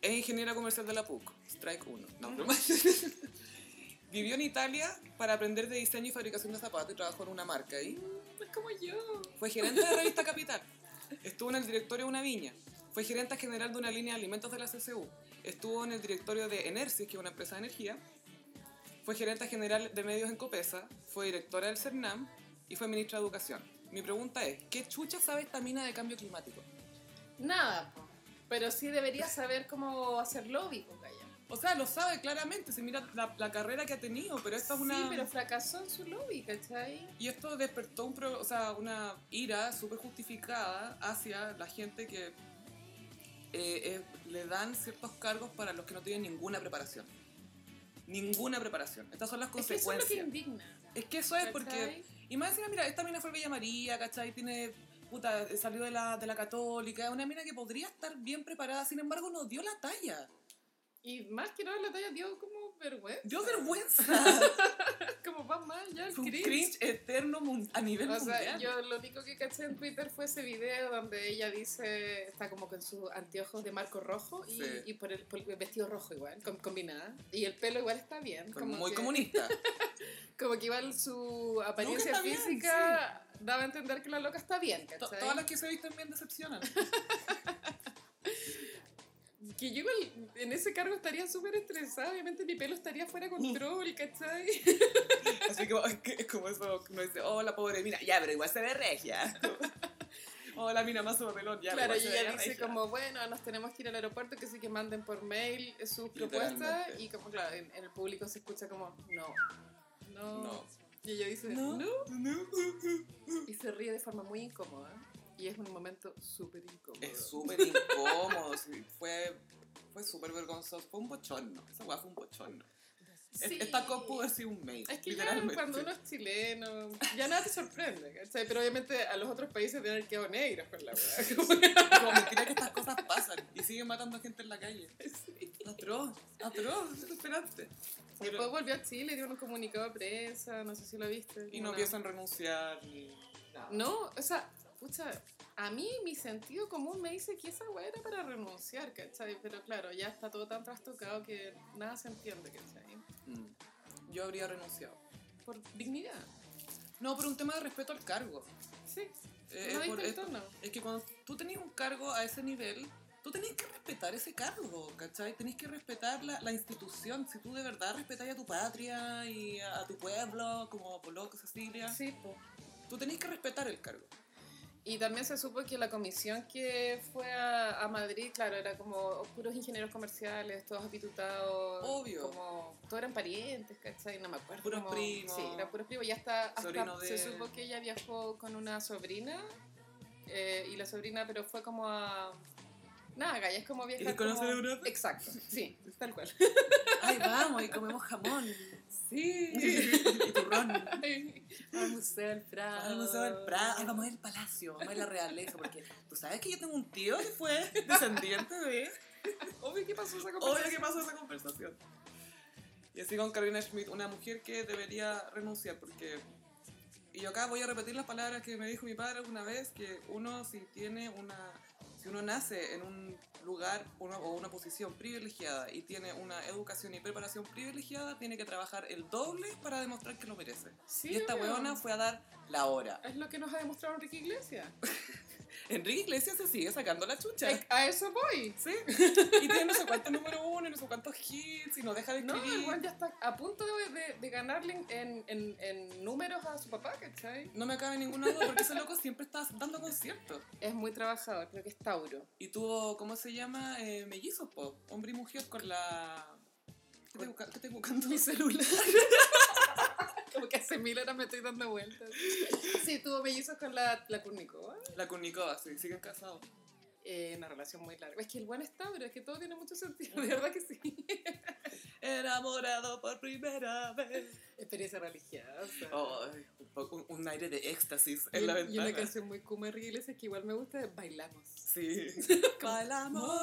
Speaker 1: Es ingeniera comercial de la PUC, Strike 1. No,
Speaker 2: Ujú.
Speaker 1: broma. Vivió en Italia para aprender de diseño y fabricación de zapatos y trabajó en una marca ahí.
Speaker 2: Es pues, como yo.
Speaker 1: Fue gerente de Revista Capital. Estuvo en el directorio de una viña. Fue gerente general de una línea de alimentos de la CCU. Estuvo en el directorio de Enersis, que es una empresa de energía. Fue gerente general de medios en Copesa. Fue directora del CERNAM. Y fue ministra de Educación. Mi pregunta es, ¿qué chucha sabe esta mina de cambio climático?
Speaker 2: Nada, po. pero sí debería saber cómo hacer lobby con Gaya.
Speaker 1: O sea, lo sabe claramente, se mira la, la carrera que ha tenido, pero esta es una...
Speaker 2: Sí, pero fracasó en su lobby, ¿cachai?
Speaker 1: Y esto despertó un pro- o sea, una ira súper justificada hacia la gente que eh, eh, le dan ciertos cargos para los que no tienen ninguna preparación. Ninguna preparación. Estas son las
Speaker 2: Es que eso es lo
Speaker 1: consecuencias.
Speaker 2: que indigna.
Speaker 1: Es que eso es porque...
Speaker 2: ¿cachai?
Speaker 1: Y más encima, mira, esta mina fue Bella María, ¿cachai? Tiene, puta, salió de la, de la católica, es una mina que podría estar bien preparada, sin embargo no dio la talla.
Speaker 2: Y más que nada la talla dio como vergüenza.
Speaker 1: Dio vergüenza.
Speaker 2: Como va mal ya el
Speaker 1: Fue un
Speaker 2: cringe.
Speaker 1: cringe eterno mun- a nivel
Speaker 2: O
Speaker 1: mundial.
Speaker 2: sea, yo lo único que caché en Twitter fue ese video donde ella dice, está como con sus anteojos de marco rojo y,
Speaker 1: Sí.
Speaker 2: y por, el, por el vestido rojo igual, com- combinada. Y el pelo igual está bien.
Speaker 1: Fue
Speaker 2: Como
Speaker 1: muy
Speaker 2: que,
Speaker 1: comunista.
Speaker 2: Como que igual su apariencia
Speaker 1: está bien,
Speaker 2: física daba a entender que la loca está bien,
Speaker 1: To-
Speaker 2: ¿cachai?
Speaker 1: Todas las que se visten bien decepcionan.
Speaker 2: Que yo igual en ese cargo estaría súper estresada, obviamente mi pelo estaría fuera de control, ¿cachai?
Speaker 1: Así como, que es como eso, uno dice, oh, la pobre mina, ya, pero igual se ve regia. oh, la mina más pelón, ya, pero igual
Speaker 2: claro, y
Speaker 1: se ve
Speaker 2: ella dice
Speaker 1: regia.
Speaker 2: como, bueno, nos tenemos que ir al aeropuerto, que sí que manden por mail sus propuestas.
Speaker 1: Literalmente.
Speaker 2: Y como, claro, en, en el público se escucha como, no, no.
Speaker 1: No.
Speaker 2: Y ella dice, no.
Speaker 1: No, no.
Speaker 2: Y se ríe de forma muy incómoda. Y es un momento súper incómodo.
Speaker 1: Es súper incómodo, sí, fue, fue súper vergonzoso, fue un bochorno, esa weá fue un bochorno. Es-
Speaker 2: Sí.
Speaker 1: Esta cop pudo haber sido un mail,
Speaker 2: Es que ya
Speaker 1: literalmente.
Speaker 2: cuando uno es chileno, ya nada te sorprende, ¿cachai? Pero obviamente a los otros países deben haber quedado negros con la weá. como que-
Speaker 1: Como mentira que estas cosas pasan y siguen matando gente en la calle.
Speaker 2: sí.
Speaker 1: Atroz, atroz, desesperante.
Speaker 2: Después volvió a Chile, dio un comunicado de prensa, no sé si lo viste.
Speaker 1: Y no
Speaker 2: Una-
Speaker 1: piensan renunciar ni nada.
Speaker 2: No, o sea, pucha, a mí mi sentido común me dice que esa weá era para renunciar, ¿cachai? Pero claro, ya está todo tan trastocado que nada se entiende, ¿cachai?
Speaker 1: Mm. Yo habría renunciado.
Speaker 2: Por dignidad.
Speaker 1: No, por un tema de respeto al cargo.
Speaker 2: Sí,
Speaker 1: Eh,
Speaker 2: no
Speaker 1: es, por-
Speaker 2: diste el
Speaker 1: es-
Speaker 2: tono.
Speaker 1: es que cuando tú tenés un cargo a ese nivel, tú tenés que respetar ese cargo, ¿cachai? Tenés que respetar la, la institución. Si tú de verdad respetás a tu patria y a, a tu pueblo, como Poloco, Cecilia,
Speaker 2: Sí, po.
Speaker 1: tú tenés que respetar el cargo.
Speaker 2: Y también se supo que la comisión que fue a, a Madrid, claro, era como puros ingenieros comerciales, todos apitutados.
Speaker 1: Obvio.
Speaker 2: Como, todos eran parientes, ¿cachai? No me acuerdo.
Speaker 1: Puros
Speaker 2: como-
Speaker 1: primos.
Speaker 2: Sí, eran puros primos. Y hasta, hasta
Speaker 1: Sobrino de-
Speaker 2: se supo que ella viajó con una sobrina. eh, y la sobrina, pero fue como a... Nada, gaya, es como viajar
Speaker 1: ¿Y conocer
Speaker 2: como-
Speaker 1: Europa?
Speaker 2: Exacto, sí, tal cual.
Speaker 1: Ay, vamos, y comemos jamón.
Speaker 2: Sí.
Speaker 1: y turrón.
Speaker 2: Vamos al Prado.
Speaker 1: Vamos a ver, vamos al palacio, vamos a la realeza, porque tú sabes que yo tengo un tío que fue descendiente de...
Speaker 2: Obvio que pasó esa
Speaker 1: Obvio
Speaker 2: conversación.
Speaker 1: que pasó esa conversación. Y así con Carolina Schmidt, una mujer que debería renunciar porque... Y yo acá voy a repetir las palabras que me dijo mi padre alguna vez, que uno si tiene una... Si uno nace en un lugar uno- o una posición privilegiada y tiene una educación y preparación privilegiada, tiene que trabajar el doble para demostrar que lo merece.
Speaker 2: Sí,
Speaker 1: y esta
Speaker 2: obvio.
Speaker 1: weona fue a dar la hora.
Speaker 2: Es lo que nos ha demostrado Enrique Iglesias.
Speaker 1: Enrique Iglesias se sigue sacando la chucha.
Speaker 2: Like, a eso voy.
Speaker 1: ¿Sí? Y tiene no sé cuánto número uno, y no sé cuántos hits, y no deja de
Speaker 2: No,
Speaker 1: escribir.
Speaker 2: el weón ya está a punto de, de- de ganarle en, en- en números a su papá, ¿cachai?
Speaker 1: No me cabe ninguna duda porque ese loco siempre está dando conciertos.
Speaker 2: Es muy trabajador, creo que es Tauro.
Speaker 1: Y tuvo, ¿cómo se llama? Eh, mellizos, po. Hombre y mujer con la... ¿Qué estoy, busca- qué estoy buscando? Mi celular.
Speaker 2: Como que hace mil horas me estoy dando vueltas. Sí, tuvo mellizos con la, la Kurnikova.
Speaker 1: La Kurnikova, sí, siguen casados.
Speaker 2: Eh, una relación muy larga. Es que el buen es Tauro, es que todo tiene mucho sentido, de verdad que sí.
Speaker 1: Enamorado por primera vez.
Speaker 2: Experiencia religiosa.
Speaker 1: Oh, un, poco- un aire de éxtasis
Speaker 2: Y-
Speaker 1: en la
Speaker 2: y una
Speaker 1: ventana.
Speaker 2: canción muy como Enrique Iglesias que igual me gusta, es Bailamos.
Speaker 1: Sí. Bailamos.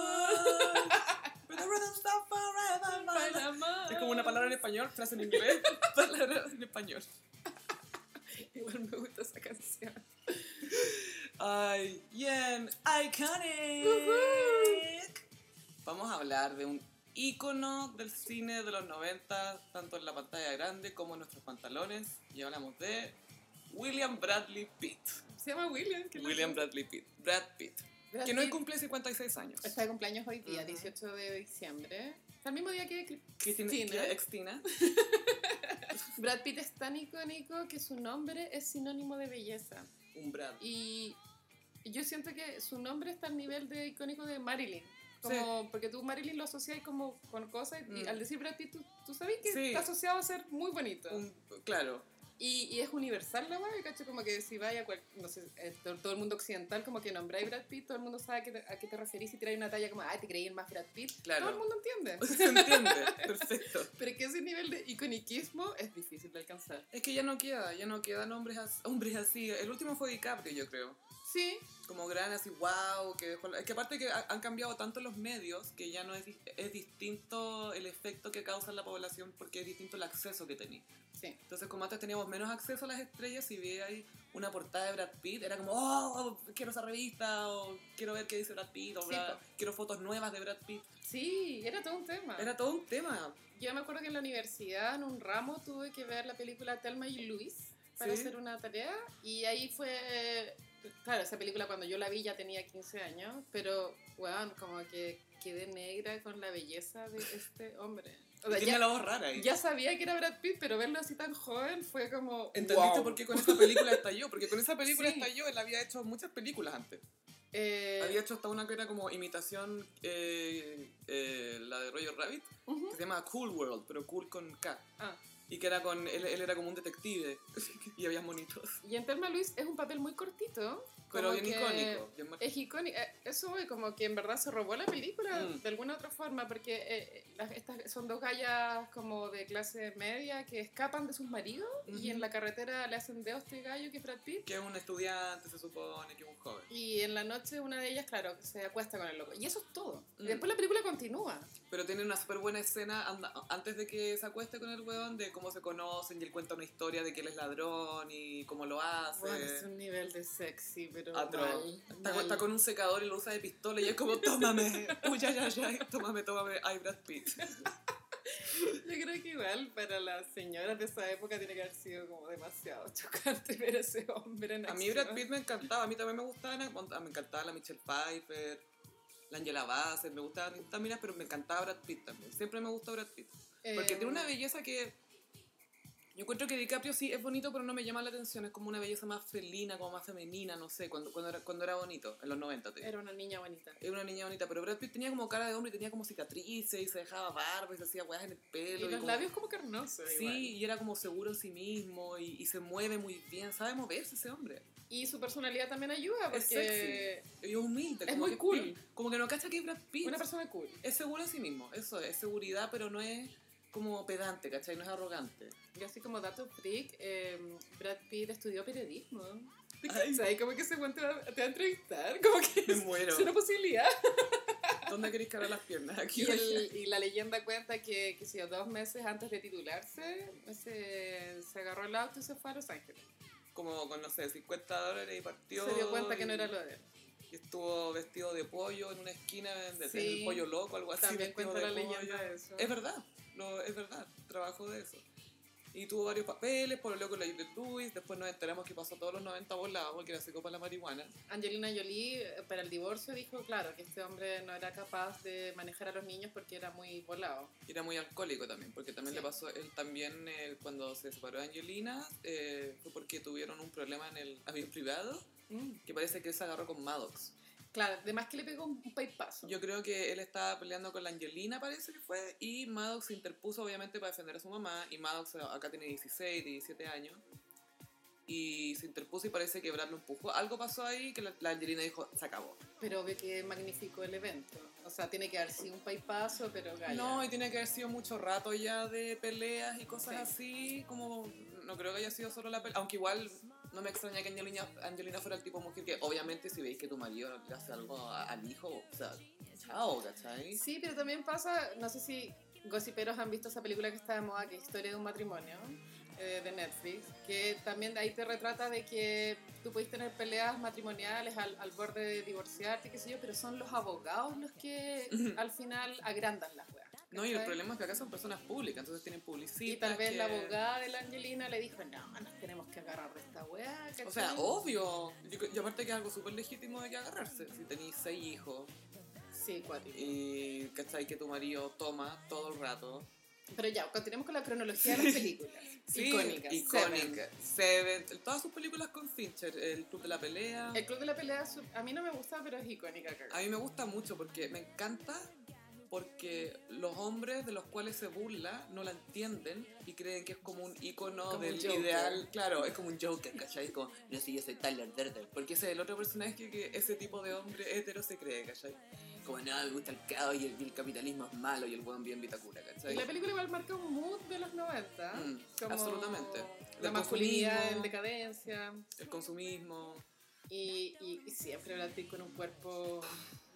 Speaker 1: With the rhythm stop forever. Bailamos.
Speaker 2: Bailamos.
Speaker 1: Es como una palabra en español, frase en inglés, palabra en español.
Speaker 2: Igual me gusta esa canción.
Speaker 1: Ay, bien, iconic. Vamos a hablar de un ícono del cine de los 90, tanto en la pantalla grande como en nuestros pantalones. Y hablamos de William Bradley Pitt.
Speaker 2: Se llama William. ¿qué le
Speaker 1: William
Speaker 2: pasa?
Speaker 1: Bradley Pitt. Brad Pitt. Que no
Speaker 2: Brad Pitt.
Speaker 1: cumple 56 años.
Speaker 2: Está de cumpleaños hoy día,
Speaker 1: Ujú.
Speaker 2: 18 de diciembre. Está el mismo día que Cri-
Speaker 1: Cristina.
Speaker 2: Cristina.
Speaker 1: Extina.
Speaker 2: Brad Pitt es tan icónico que su nombre es sinónimo de belleza.
Speaker 1: Un Brad.
Speaker 2: Y yo siento que su nombre está al nivel de icónico de Marilyn. Como, Porque tú, Marilyn, lo asocias como con cosas y
Speaker 1: Mm.
Speaker 2: al decir Brad Pitt, tú, tú sabes que
Speaker 1: Sí. Mm.
Speaker 2: está asociado a ser muy bonito.
Speaker 1: Un- claro,
Speaker 2: Y, y es universal la weá, ¿cachai? Como que si vaya, a cual- no sé, eh, todo, todo el mundo occidental, como que nombráis Brad Pitt, todo el mundo sabe a qué te, a qué te referís y tiráis una talla como, ay, te creí el más Brad Pitt.
Speaker 1: Claro.
Speaker 2: Todo el mundo entiende.
Speaker 1: se entiende, perfecto.
Speaker 2: Pero que ese nivel de iconiquismo es difícil de alcanzar.
Speaker 1: Es que ya no queda, ya no quedan hombres as- hombres así. El último fue DiCaprio, yo creo.
Speaker 2: Sí,
Speaker 1: Como gran así, wow, que dejó la- Es que aparte que ha- han cambiado tanto los medios que ya no es, dis- es distinto el efecto que causa en la población porque es distinto el acceso que tenía.
Speaker 2: sí.
Speaker 1: Entonces, como antes teníamos menos acceso a las estrellas, y veía ahí una portada de Brad Pitt, era como, oh, quiero esa revista, o quiero ver qué dice Brad Pitt, o
Speaker 2: Sí,
Speaker 1: Brad-
Speaker 2: po. Ah.
Speaker 1: quiero fotos nuevas de Brad Pitt.
Speaker 2: Sí, era todo un tema.
Speaker 1: Era todo un tema.
Speaker 2: Yo me acuerdo que en la universidad, en un ramo, tuve que ver la película Telma y Luis para
Speaker 1: Sí.
Speaker 2: hacer una tarea. Y ahí fue. Claro, esa película cuando yo la vi ya tenía 15 años, pero, weón, como que quedé negra con la belleza de este hombre. O sea,
Speaker 1: Tiene
Speaker 2: ya,
Speaker 1: la voz rara ahí.
Speaker 2: ya sabía que era Brad Pitt, pero verlo así tan joven fue como.
Speaker 1: ¿Entendiste
Speaker 2: wow.
Speaker 1: por qué con esa película estalló? Porque con esa película
Speaker 2: Sí.
Speaker 1: estalló, él había hecho muchas películas antes.
Speaker 2: Eh,
Speaker 1: Había hecho hasta una que era como imitación, eh, eh, la de Roger Rabbit,
Speaker 2: ujú.
Speaker 1: que se llama Cool World, pero cool con K.
Speaker 2: Ah,
Speaker 1: Y que era con, él, él era como un detective, y había monitos.
Speaker 2: y en Telma y Luis es un papel muy cortito.
Speaker 1: Pero
Speaker 2: como
Speaker 1: bien
Speaker 2: que-
Speaker 1: icónico. bien mar-
Speaker 2: Es icónico, eh, eso güey, como que en verdad se robó la película
Speaker 1: Mm.
Speaker 2: de alguna otra forma, porque eh, las- estas son dos gallas como de clase media que escapan de sus maridos y
Speaker 1: Ujú.
Speaker 2: en la carretera le hacen dedo a este gallo que es Brad Pitt.
Speaker 1: que es un estudiante, se supone, que es un joven.
Speaker 2: Y en la noche una de ellas, claro, se acuesta con el loco. Y eso es todo. Y
Speaker 1: Mm.
Speaker 2: después la película continúa.
Speaker 1: Pero tiene una súper buena escena anda- antes de que se acueste con el weón, de cómo se conocen y él cuenta una historia de que él es ladrón y cómo lo hace.
Speaker 2: Bueno, es un nivel de sexy, pero
Speaker 1: Atroz.
Speaker 2: mal,
Speaker 1: Está,
Speaker 2: mal.
Speaker 1: está con un secador y lo usa de pistola y es como, tómame, uy, ya, ya, ya, tómame, tómame, ay, Brad Pitt.
Speaker 2: Yo creo que igual para las señoras de esa época tiene que haber sido como demasiado chocante ver a ese hombre en
Speaker 1: A mí
Speaker 2: acción.
Speaker 1: Brad Pitt me encantaba, a mí también me gustaba, Ana- me encantaba la Michelle Pfeiffer, la Angela Bassett, me gustaban estas minas, pero me encantaba Brad Pitt también, siempre me gustó Brad Pitt. Porque
Speaker 2: Eh,
Speaker 1: tiene una belleza que. Yo encuentro que DiCaprio sí es bonito, pero no me llama la atención. Es como una belleza más felina, como más femenina, no sé, cuando, cuando, era, cuando era bonito, en los 90. te digo.
Speaker 2: Era una niña bonita.
Speaker 1: Era una niña bonita, pero Brad Pitt tenía como cara de hombre y tenía como cicatrices y se dejaba barba y se hacía weas en el
Speaker 2: Y
Speaker 1: pelo.
Speaker 2: los
Speaker 1: como-
Speaker 2: labios como carnosos.
Speaker 1: Sí,
Speaker 2: igual.
Speaker 1: y era como seguro en sí mismo y, y se mueve muy bien. Sabe moverse ese hombre.
Speaker 2: Y su personalidad también ayuda
Speaker 1: Es
Speaker 2: porque
Speaker 1: Y es humilde.
Speaker 2: Es
Speaker 1: como
Speaker 2: muy
Speaker 1: que
Speaker 2: cool.
Speaker 1: Como que no cacha que es Brad Pitt.
Speaker 2: una persona cool.
Speaker 1: Es seguro en sí mismo, eso es. Es seguridad, pero no es como pedante, ¿cachai? No es arrogante.
Speaker 2: Y así como dato freak, eh, Brad Pitt estudió periodismo.
Speaker 1: Ay.
Speaker 2: O sea, y como que ese güey te va, te va a entrevistar, como que
Speaker 1: Me
Speaker 2: es,
Speaker 1: muero.
Speaker 2: es una posibilidad.
Speaker 1: ¿Dónde queréis cargar las piernas? Aquí.
Speaker 2: Y, el- y la leyenda cuenta que, que si dos meses antes de titularse, se, se agarró el auto y se fue a Los Ángeles.
Speaker 1: Como con, no sé, 50 dólares y partió.
Speaker 2: se dio cuenta que no
Speaker 1: y-
Speaker 2: era lo de él.
Speaker 1: y estuvo vestido de pollo en una esquina de, de-
Speaker 2: Sí.
Speaker 1: en el pollo loco, algo así.
Speaker 2: También
Speaker 1: vestido
Speaker 2: cuenta la
Speaker 1: de pollo.
Speaker 2: leyenda de eso.
Speaker 1: Es verdad, lo- es verdad, trabajo de eso. Y tuvo varios papeles, por lo con la Juliette Lewis, después nos enteramos que pasó todos los 90 volados porque era psicópata la marihuana.
Speaker 2: Angelina Jolie eh, para el divorcio dijo, claro, que este hombre no era capaz de manejar a los niños porque era muy volado.
Speaker 1: Y era muy alcohólico también, porque también
Speaker 2: Sí.
Speaker 1: le pasó, él también eh, cuando se separó de Angelina, eh, fue porque tuvieron un problema en el avión privado, que parece que él se agarró con Maddox.
Speaker 2: Claro, además que le pegó un, un paipazo.
Speaker 1: Yo creo que él estaba peleando con la Angelina, parece que fue, y Maddox se interpuso obviamente para defender a su mamá, y Maddox eh, acá tiene 16, 17 años, y se interpuso y parece que Brad lo empujó. Algo pasó ahí que la, la Angelina dijo, se acabó.
Speaker 2: Pero obvio que magnificó el evento. O sea, tiene que haber sido un paipazo, pero gaya.
Speaker 1: No, y tiene que haber sido mucho rato ya de peleas y cosas así, como no creo que haya sido solo la pelea, aunque igual no me extraña que Angelina, Angelina fuera el tipo de mujer que obviamente si veis que tu marido le hace algo a- al hijo, o sea, chao, ¿cachai?
Speaker 2: Sí, pero también pasa, no sé si gossiperos han visto esa película que está de moda, que es Historia de un matrimonio, eh, de Netflix, que también de ahí te retrata de que tú puedes tener peleas matrimoniales al, al borde de divorciarte, qué sé yo, pero son los abogados los que
Speaker 1: Ujú.
Speaker 2: al final agrandan las weas.
Speaker 1: No, y el
Speaker 2: ¿cachai?
Speaker 1: problema es que acá son personas públicas, entonces tienen publicidad.
Speaker 2: Y tal vez la abogada de la Angelina le dijo, no, nos tenemos que agarrar de esta weá.
Speaker 1: O sea, oh.
Speaker 2: ¿cachai?".
Speaker 1: obvio. Yo, yo aparte que es algo súper legítimo de que agarrarse. Si tenéis seis hijos
Speaker 2: Sí, cuático.
Speaker 1: y cachai que tu marido toma todo el rato
Speaker 2: Pero ya, continuemos con la cronología de las películas.
Speaker 1: Sí,
Speaker 2: icónicas. Seven.
Speaker 1: icónica. Seven. Todas sus películas con Fincher. El Club de la Pelea.
Speaker 2: El Club de la Pelea su- a mí no me gusta, pero es icónica. creo.
Speaker 1: A mí me gusta mucho porque me encanta porque los hombres de los cuales se burla no la entienden y creen que es como un icono
Speaker 2: Como un
Speaker 1: del
Speaker 2: Joker.
Speaker 1: ideal. Claro, es como un Joker, ¿cachai? Es como, no sé, yo soy Tyler Durden. Porque ese es el otro personaje que, que ese tipo de hombre hetero se cree, ¿cachai? Como, no, me gusta el caos y el, y el capitalismo es malo y el buen bien vitacura,
Speaker 2: Y
Speaker 1: ¿cachai?
Speaker 2: la película igual marca un mood de los 90.
Speaker 1: Mm,
Speaker 2: como
Speaker 1: absolutamente.
Speaker 2: La
Speaker 1: Del
Speaker 2: masculinidad en
Speaker 1: consumismo.
Speaker 2: decadencia.
Speaker 1: El consumismo.
Speaker 2: Y, y, y siempre Brad Pitt con un cuerpo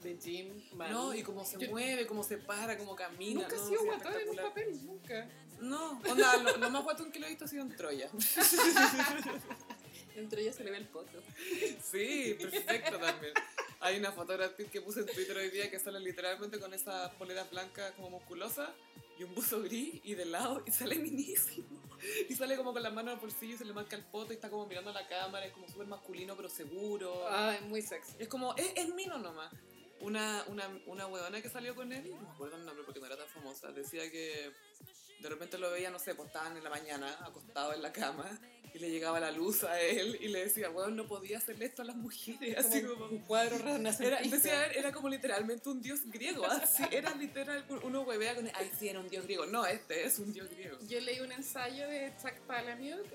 Speaker 2: de gym. mal.
Speaker 1: No, y cómo se
Speaker 2: Yo-
Speaker 1: mueve, cómo se para, cómo camina.
Speaker 2: Nunca he
Speaker 1: no,
Speaker 2: sido
Speaker 1: sí,
Speaker 2: guatón en un
Speaker 1: espectacular.
Speaker 2: papel, nunca.
Speaker 1: No, onda, lo, lo más guatón que lo he visto ha sido en Troya.
Speaker 2: Entre ellas se le ve el poto.
Speaker 1: Sí, perfecto también. Hay una fotografía que puse en Twitter hoy día que sale literalmente con esas poleras blancas como musculosa y un buzo gris y de lado y sale minísimo. Y sale como con las manos al bolsillo y se le marca el poto y está como mirando a la cámara, es como súper masculino pero seguro.
Speaker 2: Ah, es muy sexy.
Speaker 1: Es como, es, es mino nomás. Una, una, una huevona que salió con él, no me acuerdo el nombre porque no era tan famosa, decía que de repente lo veía, no sé, pues estaban en la mañana acostado en la cama y le llegaba la luz a él y le decía, weón, no podía hacerle esto a las mujeres. Así como,
Speaker 2: un cuadro
Speaker 1: era,
Speaker 2: renacentista.
Speaker 1: decía, era como literalmente un dios griego, así, era literal, uno huevea con, ay, sí, era un dios griego. No, este es un dios griego.
Speaker 2: Yo leí un ensayo de Chuck Palahniuk,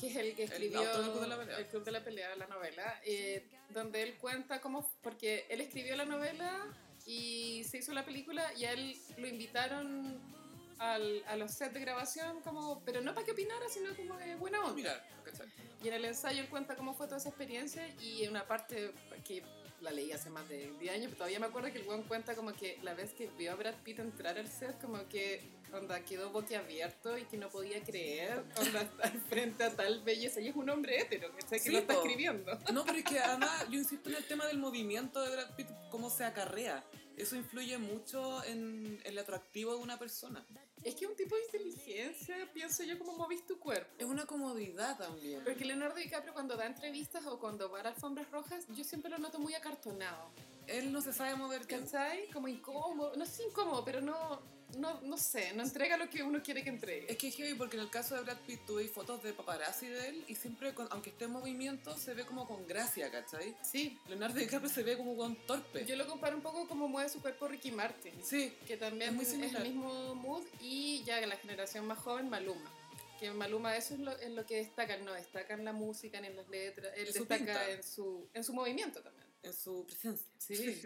Speaker 2: que es el que escribió
Speaker 1: autor del Club de la Pelea.
Speaker 2: el Club de la Pelea, la novela, eh, donde él cuenta cómo, porque él escribió la novela y se hizo la película y a él lo invitaron al- a los sets de grabación, como, pero no para que opinara, sino como de buena onda.
Speaker 1: Mira, ¿cachai?
Speaker 2: Y en el ensayo él cuenta cómo fue toda esa experiencia y en una parte que la leí hace más de 10 años, pero todavía me acuerdo que el weón cuenta como que la vez que vio a Brad Pitt entrar al set, como que onda quedó boquiabierto y que no podía creer onda estar frente a tal belleza. Y es un hombre hétero, ¿cachai? Que
Speaker 1: Sí,
Speaker 2: lo está
Speaker 1: po.
Speaker 2: escribiendo.
Speaker 1: No, pero es que además yo insisto en el tema del movimiento de Brad Pitt, cómo se acarrea. Eso influye mucho en el atractivo de una persona.
Speaker 2: Es que un tipo de inteligencia, pienso yo, como movís tu cuerpo.
Speaker 1: Es una comodidad también.
Speaker 2: Porque Leonardo DiCaprio cuando da entrevistas o cuando va a alfombras rojas, yo siempre lo noto muy acartonado.
Speaker 1: Él no se sabe mover bien.
Speaker 2: ¿Cachai? Como incómodo. No es incómodo, pero no, no, no sé, no entrega lo que uno quiere que entregue.
Speaker 1: Es que es heavy porque en el caso de Brad Pitt tuve fotos de paparazzi de él y siempre, con- aunque esté en movimiento, se ve como con gracia, ¿cachai?
Speaker 2: Sí,
Speaker 1: Leonardo DiCaprio se ve como con torpe.
Speaker 2: yo lo comparo un poco como mueve su cuerpo Ricky Martin,
Speaker 1: Sí,
Speaker 2: que también
Speaker 1: Es
Speaker 2: es,
Speaker 1: muy
Speaker 2: el
Speaker 1: similar.
Speaker 2: mismo mood y ya la generación más joven, Maluma. Que Maluma eso es lo, es lo que destacan, no destacan la música ni en las letras, él
Speaker 1: En su
Speaker 2: destaca
Speaker 1: pinta.
Speaker 2: en su, en su movimiento también.
Speaker 1: en su presencia.
Speaker 2: Sí.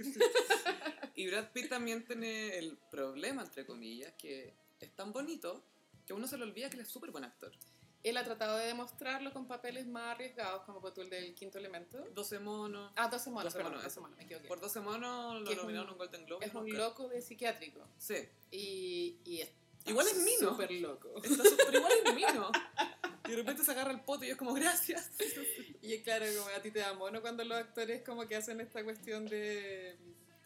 Speaker 1: Y Brad Pitt también tiene el problema, entre comillas, que es tan bonito que uno se le olvida que él es súper buen actor.
Speaker 2: Él ha tratado de demostrarlo con papeles más arriesgados, como fue tú el del quinto elemento.
Speaker 1: 12 monos.
Speaker 2: Ah, 12 monos,
Speaker 1: Doce
Speaker 2: perdón,
Speaker 1: monos,
Speaker 2: 12 monos, me equivoqué.
Speaker 1: Por 12 monos
Speaker 2: Que
Speaker 1: lo
Speaker 2: es un-
Speaker 1: nominaron a un Golden Globe. y
Speaker 2: Es
Speaker 1: un
Speaker 2: un
Speaker 1: Oscar.
Speaker 2: loco de psiquiátrico.
Speaker 1: Sí.
Speaker 2: Y, y está
Speaker 1: Igual es mino.
Speaker 2: Súper loco.
Speaker 1: Está su- pero igual es mino. Y de repente se agarra el poto y es como, gracias.
Speaker 2: Y claro, como a ti te da mono cuando los actores como que hacen esta cuestión de...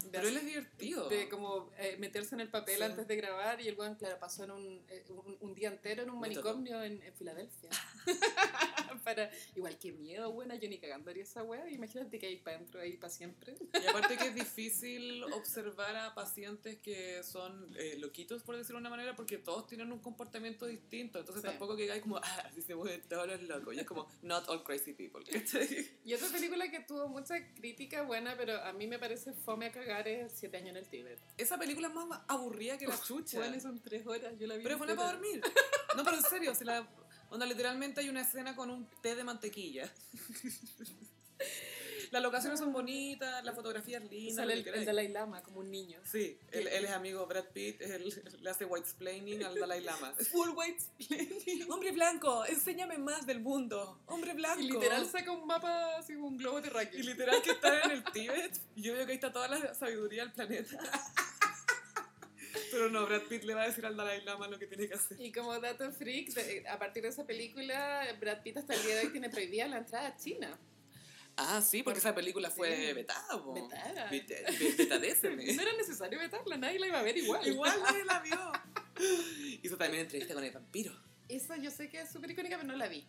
Speaker 2: de
Speaker 1: Pero él es
Speaker 2: hacer-
Speaker 1: divertido.
Speaker 2: de como eh, meterse en el papel
Speaker 1: Sí.
Speaker 2: antes de grabar y el weón, claro, pasó en un, eh, un, un día entero en un
Speaker 1: Muy
Speaker 2: manicomio en, en Filadelfia. para, igual que miedo, buena, yo ni cagando haría esa weá. Imagínate que ahí para adentro, ahí para siempre.
Speaker 1: Y aparte que es difícil observar a pacientes que son eh, loquitos, por decirlo de una manera, porque todos tienen un comportamiento distinto. Entonces
Speaker 2: Sí.
Speaker 1: tampoco que digáis como, ah, así se mueven todos los locos. Y es como, not all crazy people. ¿cachai?
Speaker 2: Y otra película que tuvo mucha crítica buena, pero a mí me parece fome a cagar es Siete años en el Tíbet.
Speaker 1: Esa película es más aburrida que la chucha.
Speaker 2: Bueno, son tres horas, yo la vi.
Speaker 1: Pero es buena para
Speaker 2: entera.
Speaker 1: dormir. No, pero en serio, se la, onda, literalmente hay una escena con un té de mantequilla. Las locaciones son bonitas, la fotografía es
Speaker 2: Y
Speaker 1: linda.
Speaker 2: sale
Speaker 1: lo
Speaker 2: el,
Speaker 1: que
Speaker 2: el
Speaker 1: queráis.
Speaker 2: Dalai Lama como un niño.
Speaker 1: Sí, él, él es amigo Brad Pitt, él le hace white splaining al Dalai Lama.
Speaker 2: Full white
Speaker 1: Hombre blanco, enséñame más del mundo. Hombre blanco.
Speaker 2: Y literal saca un mapa así como un globo terráqueo.
Speaker 1: Y literal que está en el Tíbet. y Yo veo que ahí está toda la sabiduría del planeta. Pero no, Brad Pitt le va a decir al Dalai Lama lo que tiene que hacer.
Speaker 2: Y como dato freak, de- a partir de esa película, Brad Pitt hasta el día de hoy tiene prohibida la entrada a China.
Speaker 1: Ah, sí, porque esa película
Speaker 2: Sí.
Speaker 1: fue vetada. po.
Speaker 2: Vetada.
Speaker 1: Veta- ve- vetadéseme.
Speaker 2: No era necesario vetarla, nadie la iba a ver igual.
Speaker 1: Igual nadie la vio. Hizo también entrevista con el vampiro.
Speaker 2: Esa yo sé que es súper icónica, pero no la vi.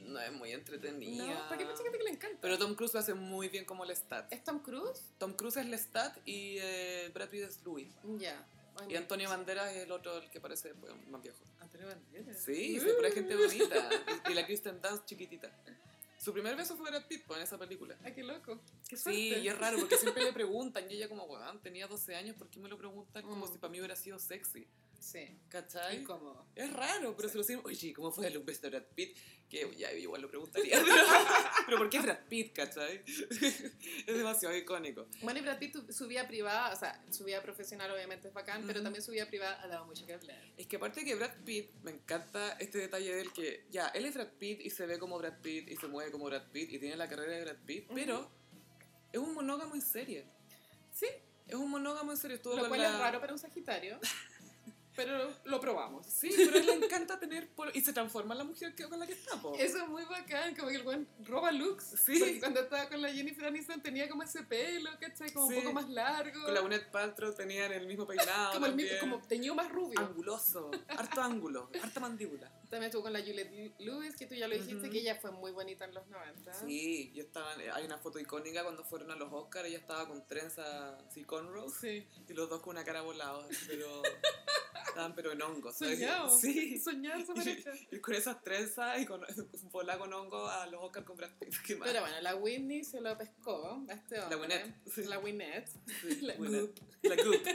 Speaker 1: No es muy entretenida.
Speaker 2: No, ¿para qué me que le encanta?
Speaker 1: Pero Tom Cruise lo hace muy bien como Lestat.
Speaker 2: ¿Es Tom Cruise?
Speaker 1: Tom Cruise es Lestat y eh, Brad Pitt es Louis.
Speaker 2: Ya. Ay,
Speaker 1: Y Antonio Banderas es el otro, el que parece bueno, más viejo.
Speaker 2: Antonio Banderas. Uh,
Speaker 1: Sí, se pura gente bonita. Y la Kristen Dance chiquitita. Su primer beso fue Brad Pitt po, en esa película.
Speaker 2: Ay, qué loco. Qué
Speaker 1: Sí,
Speaker 2: suerte.
Speaker 1: y es raro porque siempre le preguntan. Y ella, como, weón, tenía 12 años, ¿por qué me lo preguntan? Como
Speaker 2: Mm.
Speaker 1: si para mí hubiera sido sexy.
Speaker 2: Sí,
Speaker 1: ¿Cachai?
Speaker 2: incómodo.
Speaker 1: Es raro, pero
Speaker 2: Sí.
Speaker 1: se lo decimos, oye, ¿cómo fue el beso de Brad Pitt? Que ya igual lo preguntaría. Pero, pero ¿por qué Brad Pitt, cachai? es demasiado icónico.
Speaker 2: Bueno, y Brad Pitt, tu- su vida privada, o sea, su vida profesional obviamente es bacán, pero
Speaker 1: Ujú.
Speaker 2: también su vida privada ha dado mucho que hablar.
Speaker 1: Es que aparte que Brad Pitt, me encanta este detalle del que ya, él es Brad Pitt y se ve como Brad Pitt y se mueve como Brad Pitt y tiene la carrera de Brad Pitt,
Speaker 2: Ujú.
Speaker 1: pero es un monógamo en serie.
Speaker 2: Sí.
Speaker 1: Es un monógamo en serie. Estuvo
Speaker 2: Lo
Speaker 1: con
Speaker 2: cual
Speaker 1: la-
Speaker 2: es raro para un Sagitario, pero lo probamos.
Speaker 1: Sí, pero a él le encanta tener polo y se transforma en la mujer que, con la que está, po.
Speaker 2: Eso es muy bacán, como que el buen roba looks.
Speaker 1: Sí.
Speaker 2: Porque cuando estaba con la Jennifer Aniston tenía como ese pelo, ¿cachai? Como
Speaker 1: Sí.
Speaker 2: un poco más largo.
Speaker 1: Con la Gwyneth Paltrow tenían el mismo peinado
Speaker 2: como, el mi-
Speaker 1: también.
Speaker 2: como teñido más rubio.
Speaker 1: Anguloso, harto ángulo, harta mandíbula.
Speaker 2: También estuvo con la Juliette Lewis, que tú ya lo dijiste,
Speaker 1: Ujú.
Speaker 2: que ella fue muy bonita en los 90.
Speaker 1: Sí, yo estaba, hay una foto icónica cuando fueron a los Oscars, ella estaba con trenza así cornrows
Speaker 2: Sí.
Speaker 1: y los dos con una cara volada, así, pero estaban pero en hongos. ¿sabes?
Speaker 2: Soñado.
Speaker 1: Sí,
Speaker 2: Soñado esa pareja.
Speaker 1: y con esas trenzas y con volada con hongos a los Oscars con Brad Pitt. Qué mal.
Speaker 2: Pero bueno, la Whitney se lo pescó a este hombre.
Speaker 1: Gwyneth, sí.
Speaker 2: La Winnet.
Speaker 1: Sí,
Speaker 2: la
Speaker 1: buena.
Speaker 2: Goop.
Speaker 1: La Goop.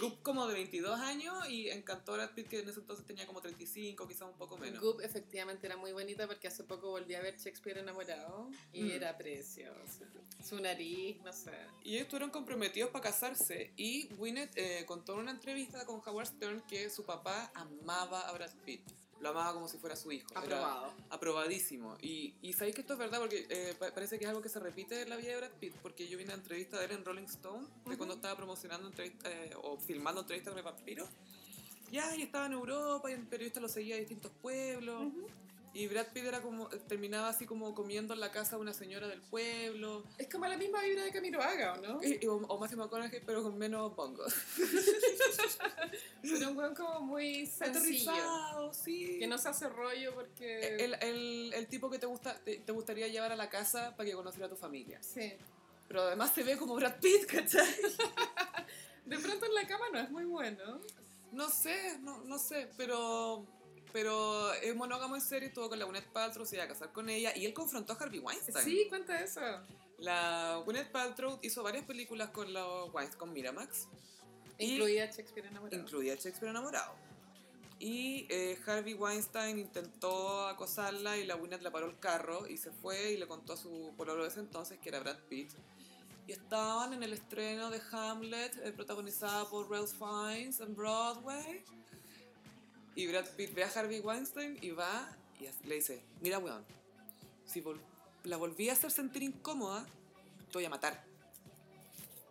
Speaker 1: Goop como de 22 años y encantó a Brad Pitt que en ese entonces tenía como 35, quizás un poco menos.
Speaker 2: Goop efectivamente era muy bonita porque hace poco volví a ver Shakespeare enamorado y
Speaker 1: Mm.
Speaker 2: era precioso. Su nariz, no sé.
Speaker 1: Y ellos estuvieron comprometidos para casarse y Gwyneth eh, contó en una entrevista con Howard Stern que su papá amaba a Brad Pitt. Lo amaba como si fuera su hijo. Era
Speaker 2: Aprobado.
Speaker 1: aprobadísimo. Y, y sabéis que esto es verdad porque eh, pa- parece que es algo que se repite en la vida de Brad Pitt porque yo vi una entrevista de él en Rolling Stone de
Speaker 2: Ujú.
Speaker 1: cuando estaba promocionando entrevista, eh, o filmando entrevistas con el vampiro. Ya, y estaba en Europa y el periodista lo seguía a distintos pueblos.
Speaker 2: Ujú.
Speaker 1: Y Brad Pitt era como, terminaba así como comiendo en la casa de una señora del pueblo.
Speaker 2: Es como la misma vibra de Camilo Haga, ¿o no?
Speaker 1: Y- y- o, o Matthew McConaughey, pero con menos bongos.
Speaker 2: Pero un weón como muy sencillo.
Speaker 1: Aterrizado, sí.
Speaker 2: Que no se hace rollo porque...
Speaker 1: el, el- el tipo que te, gusta, te, te gustaría llevar a la casa para que conociera a tu familia.
Speaker 2: Sí.
Speaker 1: Pero además se ve como Brad Pitt, ¿cachai?
Speaker 2: De pronto en la cama no es muy bueno.
Speaker 1: No sé, no, no sé, pero, pero es monógamo en serio, estuvo con la Gwyneth Paltrow, se iba a casar con ella, y él confrontó a Harvey Weinstein.
Speaker 2: Sí, cuenta eso.
Speaker 1: La Gwyneth Paltrow hizo varias películas con, los Weinstein, con Miramax. Y-
Speaker 2: Incluida Shakespeare enamorado.
Speaker 1: incluía Shakespeare enamorado. Y eh, Harvey Weinstein intentó acosarla y la Winnet la paró el carro y se fue y le contó a su pololo de ese entonces, que era Brad Pitt. Y estaban en el estreno de Hamlet, eh, protagonizada por Ralph Fiennes en Broadway. Y Brad Pitt ve a Harvey Weinstein y va y as- le dice, mira, weón, si vol- la volví a hacer sentir incómoda, te voy a matar.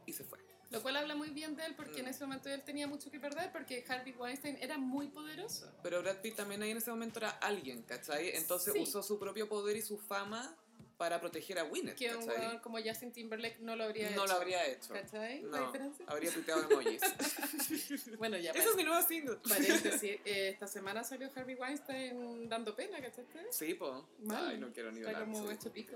Speaker 1: Y se fue.
Speaker 2: Lo cual habla muy bien de él porque
Speaker 1: Mm.
Speaker 2: en ese momento él tenía mucho que perder porque Harvey Weinstein era muy poderoso.
Speaker 1: Pero Brad Pitt también ahí en ese momento era alguien, ¿cachai? Entonces
Speaker 2: Sí.
Speaker 1: usó su propio poder y su fama para proteger a Winnet,
Speaker 2: Que un
Speaker 1: ¿cachai?
Speaker 2: weón como Justin Timberlake no lo habría
Speaker 1: No
Speaker 2: hecho.
Speaker 1: lo habría hecho.
Speaker 2: ¿Cachai? pues. La
Speaker 1: No,
Speaker 2: diferencia.
Speaker 1: habría tuiteado emojis.
Speaker 2: Bueno, ya
Speaker 1: Ese es mi nuevo single.
Speaker 2: Paréntesis, eh, esta semana salió Harvey Weinstein dando pena, ¿cachaste?
Speaker 1: Sí, po.
Speaker 2: Mal.
Speaker 1: Ay, no quiero ni
Speaker 2: Está
Speaker 1: hablar.
Speaker 2: como
Speaker 1: sí.
Speaker 2: hecho pico.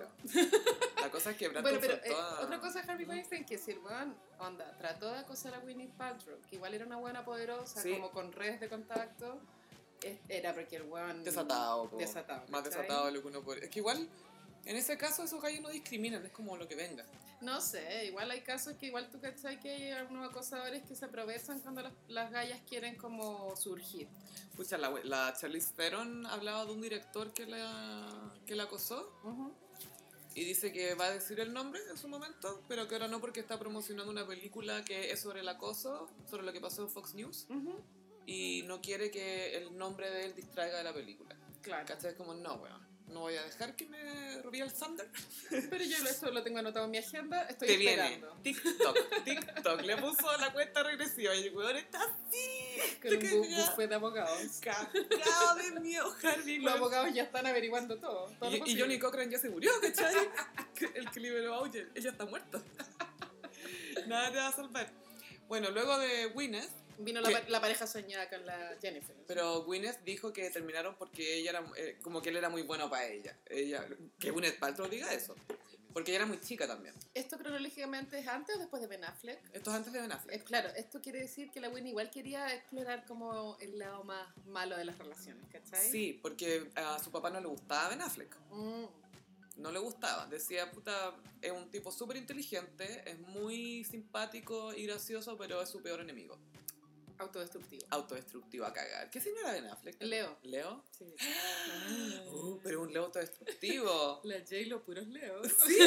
Speaker 1: La cosa es que Brad
Speaker 2: Bueno, pero
Speaker 1: confrontó
Speaker 2: eh,
Speaker 1: a-
Speaker 2: otra cosa de Harvey
Speaker 1: ah. Ujú.
Speaker 2: Weinstein que si el weón, onda, trató de acosar a Winnie Paltrow, que igual era una buena poderosa,
Speaker 1: Sí.
Speaker 2: como con redes de contacto, es- era porque el weón...
Speaker 1: Desatado, po.
Speaker 2: Desatado,
Speaker 1: Más
Speaker 2: ¿cachai?
Speaker 1: desatado de lo que uno puede. Es que igual, en ese caso, esos gallos no discriminan, es como lo que venga.
Speaker 2: No sé, igual hay casos que igual tú cachai que hay algunos acosadores que se aprovechan cuando las, las gallas quieren como surgir.
Speaker 1: Pucha, la, la Charlize Theron hablaba de un director que la, que la acosó. Y dice que va a decir el nombre en su momento, pero que ahora no porque está promocionando una película que es sobre el acoso, sobre lo que pasó en Fox News,
Speaker 2: Ujú,
Speaker 1: y no quiere que el nombre de él distraiga de la película.
Speaker 2: Claro.
Speaker 1: ¿Cachai? Es como, no, weón. No voy a dejar que me robí el Thunder.
Speaker 2: Pero yo eso lo tengo anotado en mi agenda, estoy
Speaker 1: Te viene.
Speaker 2: esperando.
Speaker 1: TikTok. TikTok. Le puso la cuenta regresiva y el weón está así.
Speaker 2: Con un
Speaker 1: que
Speaker 2: bu-
Speaker 1: ya-
Speaker 2: buffet de abogados.
Speaker 1: Cagado de miedo, Harvey.
Speaker 2: Los
Speaker 1: weón.
Speaker 2: abogados ya están averiguando todo. todo
Speaker 1: Y,
Speaker 2: lo
Speaker 1: y
Speaker 2: posible.
Speaker 1: Johnny Cochran ya se murió, ¿cachai? El que liberó a Oyer, ella está muerta. Nada te va a salvar. Bueno, luego de Gwyneth,
Speaker 2: Vino la,
Speaker 1: ¿Qué?
Speaker 2: pa- la pareja soñada con la Jennifer.
Speaker 1: pero Gwyneth dijo que terminaron porque ella era, eh, como que él era muy bueno para ella. Ella, que Gwyneth Paltrow diga eso. Porque ella era muy chica también.
Speaker 2: ¿Esto cronológicamente es antes o después de Ben Affleck?
Speaker 1: Esto es antes de Ben Affleck.
Speaker 2: Eh, claro, esto quiere decir que la Winnie igual quería explorar como el lado más malo de las relaciones, ¿cachai?
Speaker 1: Sí, porque a su papá no le gustaba Ben Affleck.
Speaker 2: Mm,
Speaker 1: No le gustaba. Decía, puta, es un tipo súper inteligente, es muy simpático y gracioso, pero es su peor enemigo.
Speaker 2: autodestructivo.
Speaker 1: Autodestructivo a cagar. ¿Qué señora Ben Affleck?
Speaker 2: Leo.
Speaker 1: ¿Leo?
Speaker 2: Sí. Oh.
Speaker 1: Uh, pero un Leo autodestructivo.
Speaker 2: La J lo puros Leo.
Speaker 1: sí,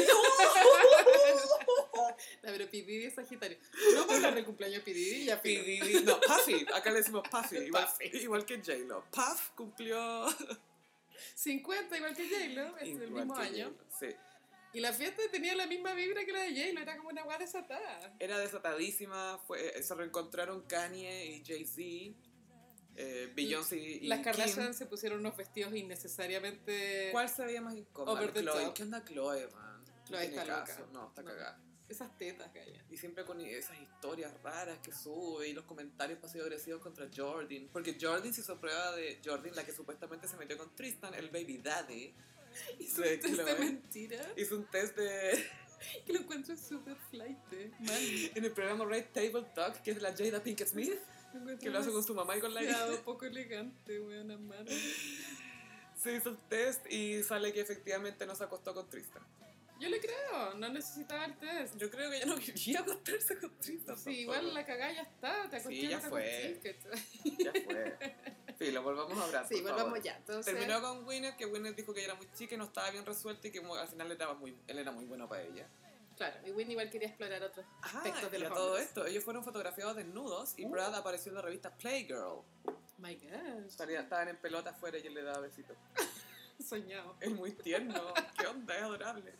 Speaker 2: La pero P. Diddy es Sagitario. No por de cumpleaños P. Diddy, ya
Speaker 1: P.
Speaker 2: P.
Speaker 1: Diddy- No, Puffy. Acá le decimos Puffy. Igual, igual que J-Lo. Puff cumplió.
Speaker 2: 50, igual que J-Lo, es del
Speaker 1: igual
Speaker 2: mismo
Speaker 1: que
Speaker 2: año.
Speaker 1: J-Lo, Sí.
Speaker 2: Y la fiesta tenía la misma vibra que la de J-Lo, era como una guada desatada.
Speaker 1: Era desatadísima. Fue, eh, se reencontraron Kanye y Jay-Z. Eh, Beyoncé y
Speaker 2: Las
Speaker 1: Kim.
Speaker 2: Kardashian se pusieron unos vestidos innecesariamente...
Speaker 1: ¿Cuál se veía más incómoda?
Speaker 2: Over the
Speaker 1: Chloe.
Speaker 2: top.
Speaker 1: ¿Qué onda Chloe, man? No
Speaker 2: Chloe
Speaker 1: tiene
Speaker 2: está
Speaker 1: caso.
Speaker 2: loca.
Speaker 1: No, está
Speaker 2: No.
Speaker 1: cagada.
Speaker 2: Esas tetas, gaya.
Speaker 1: Y siempre con esas historias raras que sube y los comentarios pasivos agresivos contra Jordan. Porque Jordan se hizo prueba de Jordan, la que supuestamente se metió con Tristan, el baby daddy.
Speaker 2: Hizo
Speaker 1: De
Speaker 2: un test de
Speaker 1: Chloe.
Speaker 2: mentira
Speaker 1: Hizo un test de,
Speaker 2: que lo encuentro súper flight. eh, Mal.
Speaker 1: en el programa Red Table Talk, que es de la Jada Pinkett Smith,
Speaker 2: Lo encuentro
Speaker 1: que lo hace con su mamá y con la hija.
Speaker 2: demasiado poco elegante, weón, mano.
Speaker 1: Se hizo el test y sale que efectivamente no se acostó con Tristan.
Speaker 2: Yo le creo, no necesitaba el test.
Speaker 1: Yo creo que ella no quería acostarse con Tristan.
Speaker 2: Sí, igual la cagada ya está, te acosté,
Speaker 1: Sí, ya
Speaker 2: no te
Speaker 1: fue.
Speaker 2: acosté, ¿cachai?
Speaker 1: Ya fue. Sí, lo volvamos a hablar.
Speaker 2: Sí,
Speaker 1: por favor.
Speaker 2: volvamos ya. Entonces,
Speaker 1: Terminó con Winnet, que Winnet dijo que ella era muy chica y no estaba bien resuelta y que mu- al final era muy, él era muy bueno para ella.
Speaker 2: claro, y Whitney igual quería explorar otros
Speaker 1: Ah,
Speaker 2: aspectos de
Speaker 1: y
Speaker 2: los
Speaker 1: a todo
Speaker 2: hombres.
Speaker 1: esto, ellos fueron fotografiados desnudos y
Speaker 2: Uh.
Speaker 1: Brad apareció en la revista Playgirl.
Speaker 2: My gosh,
Speaker 1: Salía- Estaban en pelota afuera y él le daba besitos.
Speaker 2: soñado.
Speaker 1: Es muy tierno, qué onda, es adorable.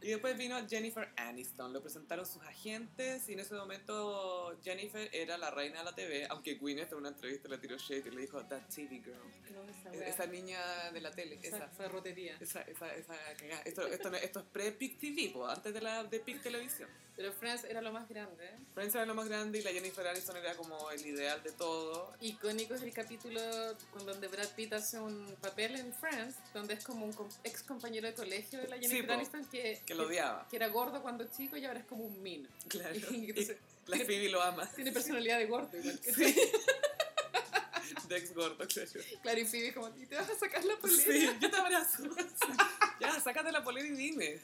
Speaker 1: Y después vino Jennifer Aniston, lo presentaron sus agentes y en ese momento Jennifer era la reina de la TV, aunque Gwyneth en una entrevista le tiró shade y le dijo, that TV girl,
Speaker 2: No, esa
Speaker 1: E-
Speaker 2: wea,
Speaker 1: esa niña de la tele,
Speaker 2: esa
Speaker 1: esa.
Speaker 2: ferrotería.
Speaker 1: Esa, esa, esa cagada. Esto, esto, no- esto es pre-Pic TV, po, antes de, la, de Pic Televisión.
Speaker 2: Pero Friends era lo más grande.
Speaker 1: Friends era lo más grande y la Jennifer Aniston era como el ideal de todo.
Speaker 2: Icónico es el capítulo con donde Brad Pitt hace un papel en Friends, donde es como un com- ex compañero de colegio de la
Speaker 1: Sí,
Speaker 2: Jennifer
Speaker 1: po,
Speaker 2: Aniston que,
Speaker 1: Que lo odiaba.
Speaker 2: que era gordo cuando chico y ahora es como un mino.
Speaker 1: Claro.
Speaker 2: Y entonces,
Speaker 1: la Phoebe lo ama.
Speaker 2: tiene personalidad de gordo igual que
Speaker 1: Sí. Dex gordo, claro.
Speaker 2: Claro, y Phoebe como, ¿y te vas a sacar la polera?
Speaker 1: Sí, yo te abrazo. Sí. Ya, sácate la polera y dime.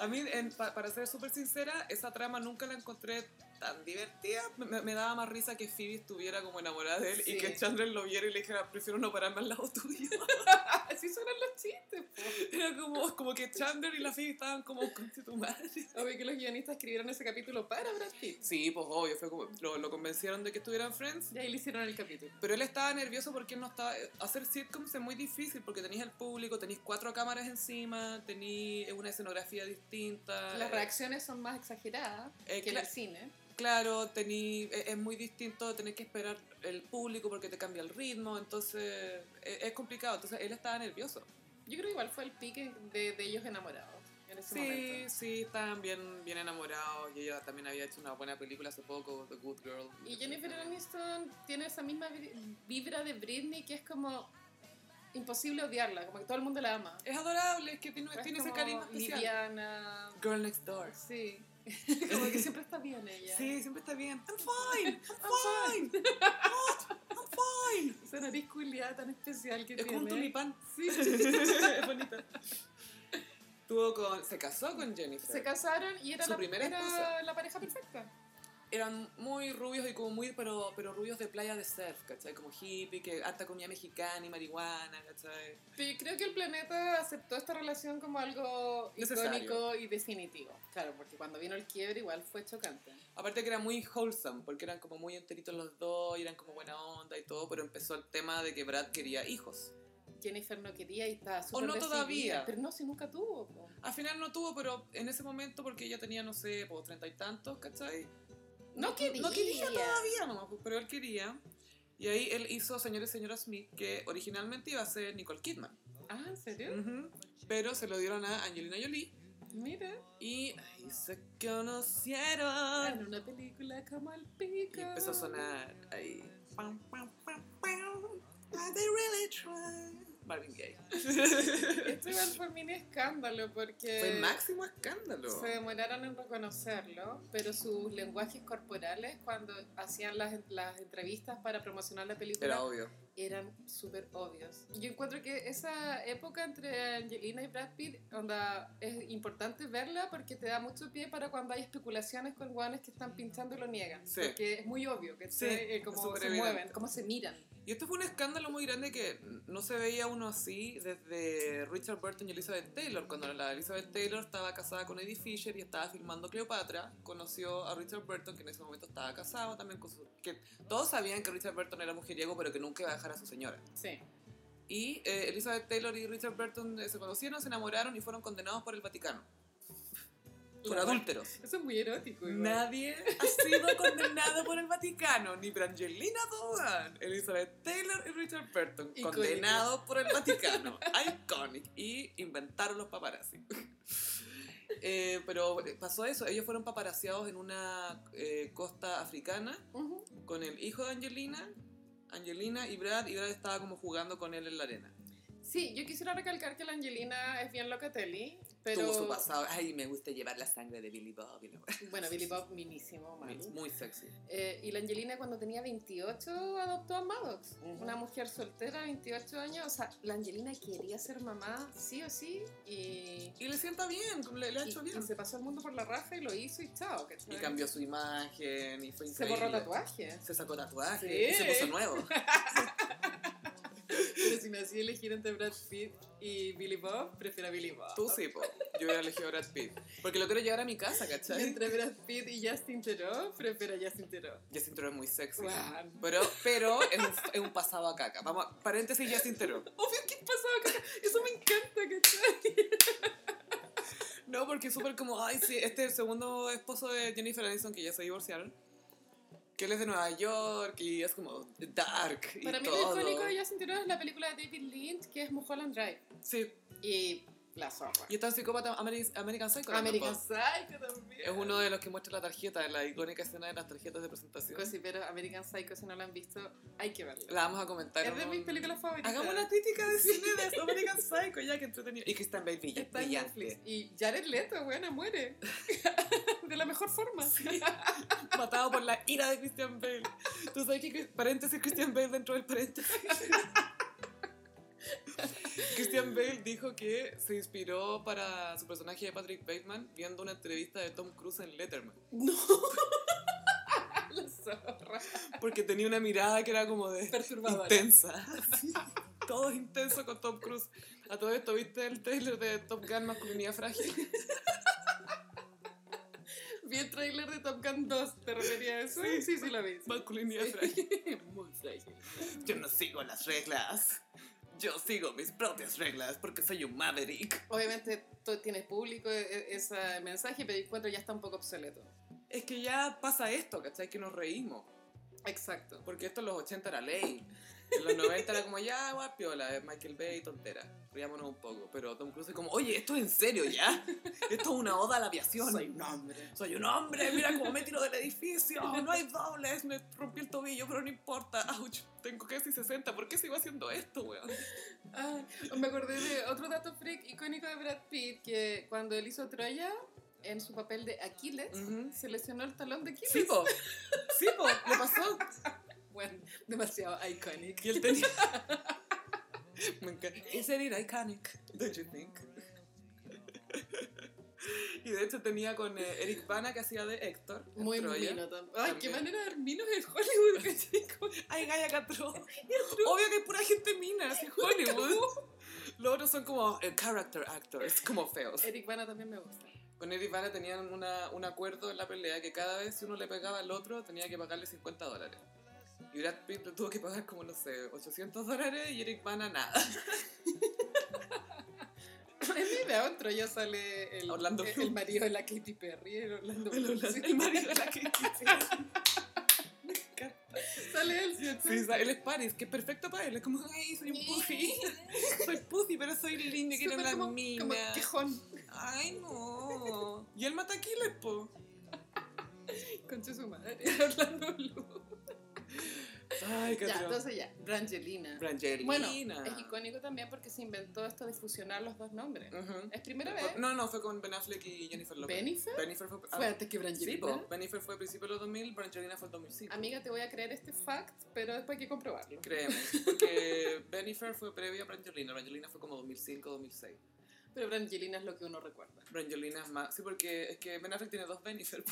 Speaker 1: A mí, en- pa- para ser súper sincera, esa trama nunca la encontré tan divertida. Me, me daba más risa que Phoebe estuviera como enamorada de él y
Speaker 2: Sí.
Speaker 1: que Chandler lo viera y le dijera, prefiero no pararme al lado tuyo.
Speaker 2: Así suenan los chistes, po.
Speaker 1: Era como, como que Chandler y la Phoebe estaban como, conche tu madre.
Speaker 2: Obvio que los guionistas escribieron ese capítulo para Brad Pitt.
Speaker 1: Sí, pues obvio, fue como, lo, lo convencieron de que estuvieran friends.
Speaker 2: Y ahí le hicieron el capítulo.
Speaker 1: Pero él estaba nervioso porque él no estaba... eh, Hacer sitcoms es muy difícil porque tenéis el público, tenéis cuatro cámaras encima, tenéis una escenografía distinta.
Speaker 2: Las
Speaker 1: eh,
Speaker 2: reacciones son más exageradas
Speaker 1: eh,
Speaker 2: que en
Speaker 1: cla-
Speaker 2: el cine.
Speaker 1: claro, tení, es, es muy distinto tener que esperar el público porque te cambia el ritmo, entonces eh, es, es complicado. Entonces él estaba nervioso.
Speaker 2: Yo creo que igual fue el pique de, de ellos enamorados en ese
Speaker 1: Sí,
Speaker 2: momento.
Speaker 1: sí, estaban bien, bien enamorados y ella también había hecho una buena película hace poco, The Good Girl.
Speaker 2: Y Jennifer Aniston tiene esa misma vi- vibra de Britney que es como imposible odiarla, como que todo el mundo la ama.
Speaker 1: Es adorable, es que tiene,
Speaker 2: Es
Speaker 1: tiene ese
Speaker 2: como
Speaker 1: carisma especial.
Speaker 2: Liviana.
Speaker 1: Girl Next Door.
Speaker 2: Sí. como que siempre está bien ella. Ah,
Speaker 1: Sí, siempre está bien. I'm fine, I'm fine.
Speaker 2: Esa nariz culiada tan especial que
Speaker 1: Es como
Speaker 2: tiene.
Speaker 1: un tulipán.
Speaker 2: Sí.
Speaker 1: es bonita. Tuvo con, se casó con Jennifer.
Speaker 2: Se casaron y era,
Speaker 1: Su
Speaker 2: la,
Speaker 1: primera
Speaker 2: era
Speaker 1: esposa.
Speaker 2: la pareja perfecta.
Speaker 1: Eran muy rubios y como muy, pero, pero rubios de playa de surf, ¿cachai? Como hippie, que harta comida mexicana y marihuana, ¿cachai?
Speaker 2: Pero yo creo que el planeta aceptó esta relación como algo
Speaker 1: Necesario.
Speaker 2: icónico y definitivo. Claro, porque cuando vino el quiebre igual fue chocante.
Speaker 1: Aparte que era muy wholesome, porque eran como muy enteritos los dos y eran como buena onda y todo, pero empezó el tema de que Brad quería hijos.
Speaker 2: Jennifer no quería y estaba súper
Speaker 1: no
Speaker 2: decidida.
Speaker 1: todavía.
Speaker 2: Pero no, si nunca tuvo. po.
Speaker 1: Al final no tuvo, pero en ese momento, porque ella tenía, no sé, pues treinta y tantos, ¿cachai?
Speaker 2: No quería.
Speaker 1: No quería todavía, nomás, pues, pero él quería. Y ahí él hizo Señores y Señora Smith, que originalmente iba a ser Nicole Kidman.
Speaker 2: Ah, ¿en serio?
Speaker 1: Ujú. Pero se lo dieron a Angelina Jolie.
Speaker 2: Mira.
Speaker 1: Y ahí se
Speaker 2: En
Speaker 1: conocieron.
Speaker 2: una película como el
Speaker 1: Y
Speaker 2: pico.
Speaker 1: empezó a sonar ahí. Pam, pam, pam, pam. Ah, they really tried. Marvin Gaye.
Speaker 2: Esto igual fue mini escándalo porque
Speaker 1: Fue el máximo escándalo.
Speaker 2: se demoraron en reconocerlo, pero sus lenguajes corporales cuando hacían las, las entrevistas para promocionar la película
Speaker 1: Era obvio.
Speaker 2: eran súper obvios. Yo encuentro que esa época entre Angelina y Brad Pitt, onda, es importante verla porque te da mucho pie para cuando hay especulaciones con guanes que están pinchando y lo niegan.
Speaker 1: Sí.
Speaker 2: Porque es muy obvio que
Speaker 1: Sí,
Speaker 2: se, eh,
Speaker 1: es
Speaker 2: cómo
Speaker 1: súper
Speaker 2: se
Speaker 1: evidente.
Speaker 2: mueven, cómo se miran.
Speaker 1: Y esto fue un escándalo muy grande que no se veía uno así desde Richard Burton y Elizabeth Taylor. Cuando la Elizabeth Taylor estaba casada con Eddie Fisher y estaba filmando Cleopatra, conoció a Richard Burton, que en ese momento estaba casado también con su... Que todos sabían que Richard Burton era mujeriego, pero que nunca iba a dejar a su señora.
Speaker 2: Sí.
Speaker 1: Y eh, Elizabeth Taylor y Richard Burton eh, se conocieron, se enamoraron y fueron condenados por el Vaticano. Por
Speaker 2: La-
Speaker 1: adúlteros.
Speaker 2: Eso es muy erótico. igual.
Speaker 1: Nadie ha sido condenado por el Vaticano, ni Brangelina Dogan, Elizabeth Taylor y Richard Burton,
Speaker 2: Icónicos.
Speaker 1: condenados por el Vaticano. Iconic. Y inventaron los paparazzi. Eh, pero pasó eso, ellos fueron paparaciados en una eh, costa africana
Speaker 2: Ujú.
Speaker 1: con el hijo de Angelina, Angelina y Brad, y Brad estaba como jugando con él en la arena.
Speaker 2: Sí, yo quisiera recalcar que la Angelina es bien locatelli, pero...
Speaker 1: Tuvo su pasado, ay, me gusta llevar la sangre de Billy Bob. y la wea.
Speaker 2: Bueno, Billy Bob minísimo, mal.
Speaker 1: Muy sexy.
Speaker 2: Eh, y la Angelina cuando tenía 28 adoptó a Maddox,
Speaker 1: Ujú.
Speaker 2: una mujer soltera, 28 años. O sea, la Angelina quería ser mamá, sí o sí, y,
Speaker 1: Y le sienta bien, le, le ha
Speaker 2: y-
Speaker 1: hecho bien.
Speaker 2: y se pasó el mundo por la raja y lo hizo y chao. ¿cachai?
Speaker 1: Y cambió su imagen y fue
Speaker 2: Se
Speaker 1: increíble.
Speaker 2: borró tatuajes.
Speaker 1: Se sacó tatuaje
Speaker 2: Sí.
Speaker 1: y se puso nuevo.
Speaker 2: Pero si me hacía elegir entre Brad Pitt y Billy Bob, prefiero a Billy Bob.
Speaker 1: Tú sí, po. Yo voy a elegir a Brad Pitt. Porque lo quiero llevar a mi casa,
Speaker 2: Y
Speaker 1: ¿cachai?
Speaker 2: entre Brad Pitt y Justin Theroux, prefiero a Justin Theroux.
Speaker 1: Justin Theroux es muy sexy.
Speaker 2: Guau.
Speaker 1: Pero, pero es, un, es un pasado a caca. Vamos, a- paréntesis Justin Theroux.
Speaker 2: Obvio, ¿qué pasaba acá? Eso me encanta, ¿cachai?
Speaker 1: No, porque es súper como, ay, sí, este es el segundo esposo de Jennifer Aniston, que ya se divorciaron. Que él es de Nueva York y es como dark y
Speaker 2: Para mí
Speaker 1: todo.
Speaker 2: lo icónico de Justin Theroux es la película de David Lynch, que es Mulholland Drive.
Speaker 1: Sí,
Speaker 2: Y la zorra.
Speaker 1: y está en psicópata Ameri- American Psycho. ¿no?
Speaker 2: American Psycho también.
Speaker 1: Es uno de los que muestra la tarjeta, la icónica escena de las tarjetas de presentación.
Speaker 2: Cosi, pero American Psycho, si no lo han visto, hay que verlo.
Speaker 1: La vamos a comentar.
Speaker 2: es de
Speaker 1: en
Speaker 2: mis
Speaker 1: un-
Speaker 2: películas favoritas.
Speaker 1: Hagamos una crítica de cine de American Psycho, ya que entretenido. Y Christian Bale
Speaker 2: Que
Speaker 1: brilla-
Speaker 2: está en Netflix.
Speaker 1: brillante.
Speaker 2: Y Jared Leto, buena, muere. de la mejor forma.
Speaker 1: Matado por la ira de Christian Bale. Tú sabes que, paréntesis, Christian Bale dentro del paréntesis. Christian Bale dijo que se inspiró para su personaje de Patrick Bateman viendo una entrevista de Tom Cruise en Letterman.
Speaker 2: No. la zorra.
Speaker 1: Porque tenía una mirada que era como de...
Speaker 2: Perturbadora.
Speaker 1: intensa. Todo es intenso con Tom Cruise. A todo esto, ¿viste el trailer de Top Gun Masculinidad Frágil?
Speaker 2: Vi el trailer de Top Gun 2, ¿te refería a eso?
Speaker 1: Sí.
Speaker 2: Sí, sí, lo vi.
Speaker 1: Masculinidad
Speaker 2: Sí.
Speaker 1: Frágil.
Speaker 2: Muy frágil.
Speaker 1: Yo no sigo las reglas. Yo sigo mis propias reglas porque soy un maverick.
Speaker 2: Obviamente tú tienes público e- e- ese mensaje, pero encuentro ya está un poco obsoleto.
Speaker 1: Es que ya pasa esto, ¿cachai? Que nos reímos.
Speaker 2: Exacto.
Speaker 1: Porque esto en los 80 era ley. En los 90 era como, ya, guau, piola, es Michael Bay, tontera. Riámonos un poco. Pero Tom Cruise es como, oye, esto es en serio, ¿ya? Esto es una oda a la aviación.
Speaker 2: hombre.
Speaker 1: Soy un hombre, mira cómo me tiro del edificio, no hay dobles, me rompí el tobillo, pero no importa. Ouch, tengo casi 60, ¿por qué sigo haciendo esto, weón?
Speaker 2: Ah, me acordé de otro dato freak icónico de Brad Pitt, que cuando él hizo Troya, en su papel de Aquiles,
Speaker 1: Ujú.
Speaker 2: se lesionó el talón de Aquiles.
Speaker 1: Sí, po, sí, po, le pasó.
Speaker 2: Bueno, demasiado icónico.
Speaker 1: Y él tenía. Me encanta. Isn't it iconic? Don't you think? Y de hecho tenía con eh, Eric Bana que hacía de Héctor. en
Speaker 2: Muy
Speaker 1: Troya.
Speaker 2: mino tam- Ay, qué
Speaker 1: También.
Speaker 2: manera de dar minos en Hollywood, ¿cachai? Como-
Speaker 1: Ay, Gaia Catro. Obvio que hay pura gente mina, así Hollywood. Los otros son como eh, character actors, como feos.
Speaker 2: Eric Bana también me gusta.
Speaker 1: Con Eric Bana tenían una- un acuerdo en la pelea que cada vez si uno le pegaba al otro tenía que pagarle 50 dólares. Y Brad Pitt le tuvo que pagar como, no sé, 800 dólares y Eric Bana nada.
Speaker 2: En mi idea, en Troya sale el,
Speaker 1: Orlando
Speaker 2: el,
Speaker 1: Bloom.
Speaker 2: el marido de la Katy Perry, el Orlando
Speaker 1: El,
Speaker 2: Bloom, sí.
Speaker 1: el marido de la que
Speaker 2: Sale él, ¿cierto?
Speaker 1: Sí, él es Paris, que es perfecto para él. Es como, ay, soy un pussy. Soy pussy, pero soy lindo, quiero
Speaker 2: Súper
Speaker 1: la
Speaker 2: como,
Speaker 1: mina.
Speaker 2: como quejón.
Speaker 1: Ay, no. Y él mata a Aquiles, po.
Speaker 2: Concha su madre, Orlando Bloom.
Speaker 1: Ay, qué
Speaker 2: ya,
Speaker 1: atroz.
Speaker 2: entonces ya, Brangelina.
Speaker 1: Brangelina.
Speaker 2: Bueno, es icónico también porque se inventó esto de fusionar los dos nombres.
Speaker 1: Ujú.
Speaker 2: Es primera vez.
Speaker 1: No, no, fue con Ben Affleck y Jennifer Lopez.
Speaker 2: ¿Bennifer?
Speaker 1: Bennifer fue, ah,
Speaker 2: Fue antes que
Speaker 1: Sí,
Speaker 2: Brangelina.
Speaker 1: po. Bennifer fue a principios de los 2000, Brangelina fue el 2005.
Speaker 2: Amiga, te voy a creer este fact, pero después hay que comprobarlo.
Speaker 1: Creemos, porque Bennifer fue previa a Brangelina. Brangelina fue como 2005, 2006.
Speaker 2: Pero Brangelina es lo que uno recuerda.
Speaker 1: Brangelina es más. Sí, porque es que Ben Affleck tiene dos Bennifer.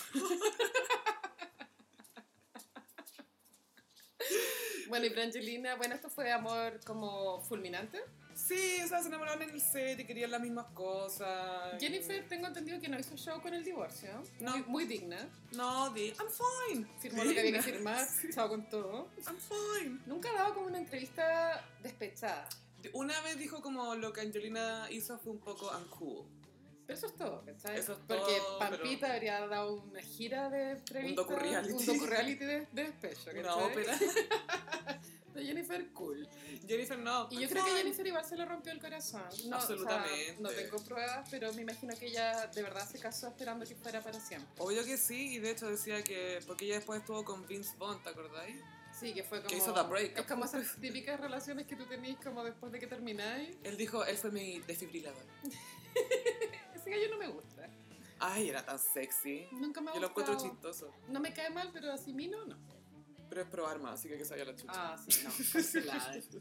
Speaker 2: Bueno, y Brangelina, bueno, esto fue amor como fulminante.
Speaker 1: Sí, o sea, se enamoraron en el set y querían las mismas cosas.
Speaker 2: Jennifer, tengo entendido que no hizo show con el divorcio.
Speaker 1: No.
Speaker 2: Muy, muy digna.
Speaker 1: No, di, I'm fine.
Speaker 2: Firmó lo que había que
Speaker 1: Digna.
Speaker 2: firmar. Chao con todo.
Speaker 1: I'm fine.
Speaker 2: Nunca ha dado como una entrevista despechada.
Speaker 1: Una vez dijo como lo que Angelina hizo fue un poco uncool.
Speaker 2: Pero eso es todo, ¿cachai?
Speaker 1: Eso es
Speaker 2: Porque
Speaker 1: todo,
Speaker 2: Pampita habría dado una gira de entrevistas.
Speaker 1: docu-reality.
Speaker 2: Un docu-reality de, de despecho, ¿cachai?
Speaker 1: Una ópera.
Speaker 2: De Jennifer Cool.
Speaker 1: Jennifer no.
Speaker 2: Y yo
Speaker 1: I'm
Speaker 2: creo que
Speaker 1: fine.
Speaker 2: Jennifer igual se le rompió el corazón. No, o sea,
Speaker 1: Absolutamente.
Speaker 2: no tengo pruebas, pero me imagino que ella de verdad se casó esperando que fuera para siempre.
Speaker 1: Obvio que sí, y de hecho decía que. Porque ella después estuvo con Vince Vaughn, ¿te acordáis?
Speaker 2: Sí, que fue como...
Speaker 1: hizo The Breakup.
Speaker 2: Es como esas típicas relaciones que tú tenéis como después de que termináis.
Speaker 1: Él dijo, él fue mi desfibrilador.
Speaker 2: Ese gallo no me gusta.
Speaker 1: Ay, era tan sexy.
Speaker 2: Nunca me ha
Speaker 1: Yo lo encuentro
Speaker 2: gustado.
Speaker 1: chistoso.
Speaker 2: No me cae mal, pero así mí no, no.
Speaker 1: Pero es pro arma, así que que se vaya la chucha.
Speaker 2: Ah, sí, no. cancelada. Ah.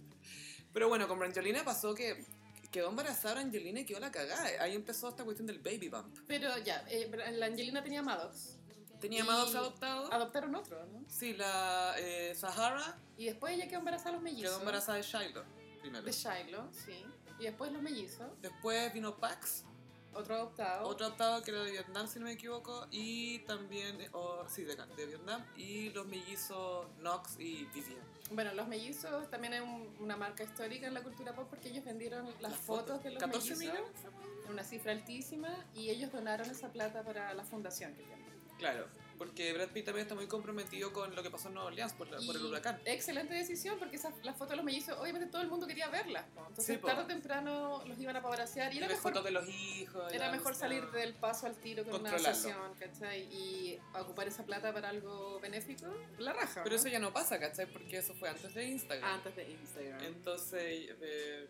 Speaker 1: Pero bueno, con Brangelina pasó que quedó embarazada Brangelina y quedó la cagada. Ahí empezó esta cuestión del baby bump.
Speaker 2: pero ya, eh, la Angelina tenía Maddox.
Speaker 1: Tenía
Speaker 2: Y- Ah.
Speaker 1: Maddox adoptado.
Speaker 2: Adoptaron otro, ¿no?
Speaker 1: Sí, la eh, Sahara
Speaker 2: Y después ella quedó embarazada de los mellizos.
Speaker 1: quedó embarazada de Shiloh primero.
Speaker 2: De Shiloh, sí. Y después los mellizos.
Speaker 1: Después vino Pax,
Speaker 2: Otro adoptado.
Speaker 1: otro adoptado que era de Vietnam, si no me equivoco, y también, eh, oh, sí, de, de Vietnam, y los mellizos Knox y Vivian.
Speaker 2: Bueno, los mellizos también es un- una marca histórica en la cultura pop porque ellos vendieron las, fotos, de los
Speaker 1: 14
Speaker 2: mellizos
Speaker 1: millones.
Speaker 2: en una cifra altísima y ellos donaron esa plata para la fundación que tienen.
Speaker 1: Claro, porque Brad Pitt también está muy comprometido con lo que pasó en Nueva Orleans por, la- por el
Speaker 2: Y
Speaker 1: huracán.
Speaker 2: Excelente decisión porque esas, las fotos de los mellizos, obviamente todo el mundo quería verlas. ¿no? Entonces
Speaker 1: Sí, po.
Speaker 2: tarde o temprano los iban a paparazziar y era
Speaker 1: Tiene fotos
Speaker 2: mejor,
Speaker 1: de los hijos.
Speaker 2: era
Speaker 1: la
Speaker 2: mejor
Speaker 1: cosa.
Speaker 2: salir del paso al tiro con una
Speaker 1: Controlarlo.
Speaker 2: asociación, ¿cachai? Y ocupar esa plata para algo benéfico, la raja.
Speaker 1: Pero
Speaker 2: ¿no?
Speaker 1: eso ya no pasa, ¿cachai? Porque eso fue antes de Instagram.
Speaker 2: antes de Instagram.
Speaker 1: Entonces, eh,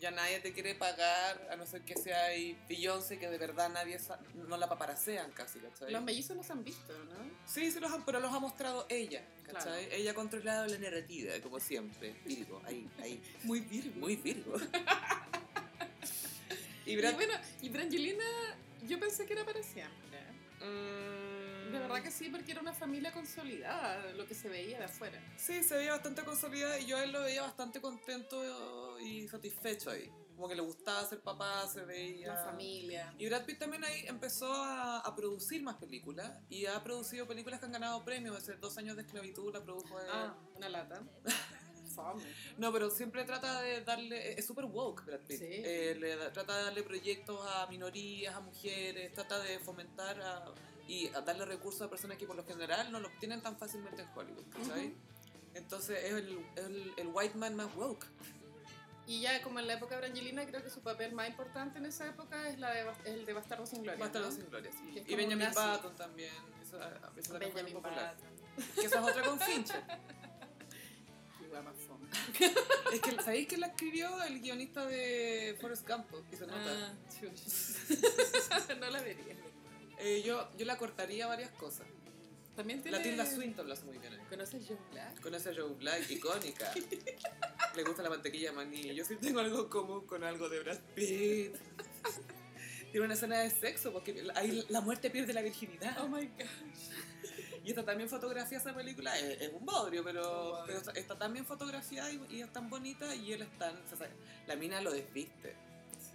Speaker 1: ya nadie te quiere pagar, a no ser que sea ahí Beyoncé, que de verdad nadie sa- no la paparacean casi, ¿cachai?
Speaker 2: Los mellizos los han visto, ¿no?
Speaker 1: Sí, sí los han, pero los ha mostrado ella, ¿cachai?
Speaker 2: Claro.
Speaker 1: Ella ha controlado la narrativa, como siempre. Virgo, ahí, ahí. Muy Virgo. Muy Virgo. y
Speaker 2: Y,
Speaker 1: Brad
Speaker 2: bueno, y Brangelina, yo pensé que era para siempre.
Speaker 1: Mm,
Speaker 2: De verdad que sí, porque era una familia consolidada, lo que se veía de afuera.
Speaker 1: Sí, se veía bastante consolidada y yo a él lo veía bastante contento y satisfecho ahí. Como que le gustaba ser papá, se veía...
Speaker 2: La familia.
Speaker 1: Y Brad Pitt también ahí empezó a, a producir más películas y ha producido películas que han ganado premios. Hace dos años de esclavitud la produjo él.
Speaker 2: Ah, una lata. Fome.
Speaker 1: No, pero siempre trata de darle... Es súper woke Brad Pitt.
Speaker 2: Sí.
Speaker 1: Eh, le da- trata de darle proyectos a minorías, a mujeres, trata de fomentar a- y a darle recursos a personas que por lo general no lo obtienen tan fácilmente en Hollywood. ¿cachai?
Speaker 2: Ujú.
Speaker 1: Entonces es el, el- el white man más woke.
Speaker 2: Y ya como en la época de Brangelina, creo que su papel más importante en esa época es la de, Bas- el de Bastardo sin Gloria.
Speaker 1: Bastardo
Speaker 2: ¿no?
Speaker 1: sin gloria. sí.
Speaker 2: Que es
Speaker 1: Y
Speaker 2: como
Speaker 1: Benjamin
Speaker 2: nazi.
Speaker 1: Button también. Eso, eso también fue muy
Speaker 2: Benjamin
Speaker 1: popular.
Speaker 2: Button.
Speaker 1: Que esa es otra con Fincher.
Speaker 2: Qué wea más fome.
Speaker 1: Es que, ¿sabéis que la escribió el guionista de Forrest Gump? Y se nota.
Speaker 2: Ah, chucha. no la vería.
Speaker 1: Eh, yo, yo la cortaría varias cosas.
Speaker 2: También tiene...
Speaker 1: La Tilda Swinton lo hace muy bien. ahí.
Speaker 2: ¿Conoces John Black?
Speaker 1: Con esa Joe Black icónica. Le gusta la mantequilla maní. Yo sí tengo algo en común con algo de Brad Pitt. Tiene una escena de sexo porque ahí la muerte pierde la virginidad.
Speaker 2: Oh my gosh.
Speaker 1: Y está también fotografía esa película, es, es un bodrio,
Speaker 2: Un
Speaker 1: pero,
Speaker 2: bodrio.
Speaker 1: pero está, está tan bien fotografiada y, y es tan bonita y él es tan... o sea, la mina lo desviste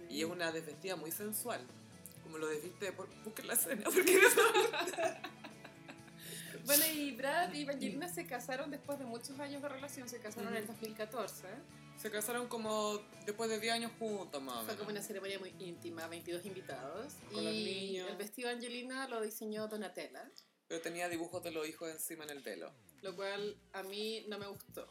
Speaker 1: y es una desvestida muy sensual. Como lo desviste, por, busquen la escena, porque
Speaker 2: Bueno, y Brad y
Speaker 1: Mm.
Speaker 2: Evangelina se casaron después de muchos años de relación, se casaron en el
Speaker 1: Ujú.
Speaker 2: 2014.
Speaker 1: se casaron como después de 10 años juntos, más o
Speaker 2: Fue como
Speaker 1: menos.
Speaker 2: una ceremonia muy íntima, 22 invitados.
Speaker 1: Con
Speaker 2: y
Speaker 1: los niños.
Speaker 2: el vestido de Angelina lo diseñó Donatella,
Speaker 1: Pero tenía dibujos de los hijos encima en el pelo.
Speaker 2: lo cual a mí no me gustó,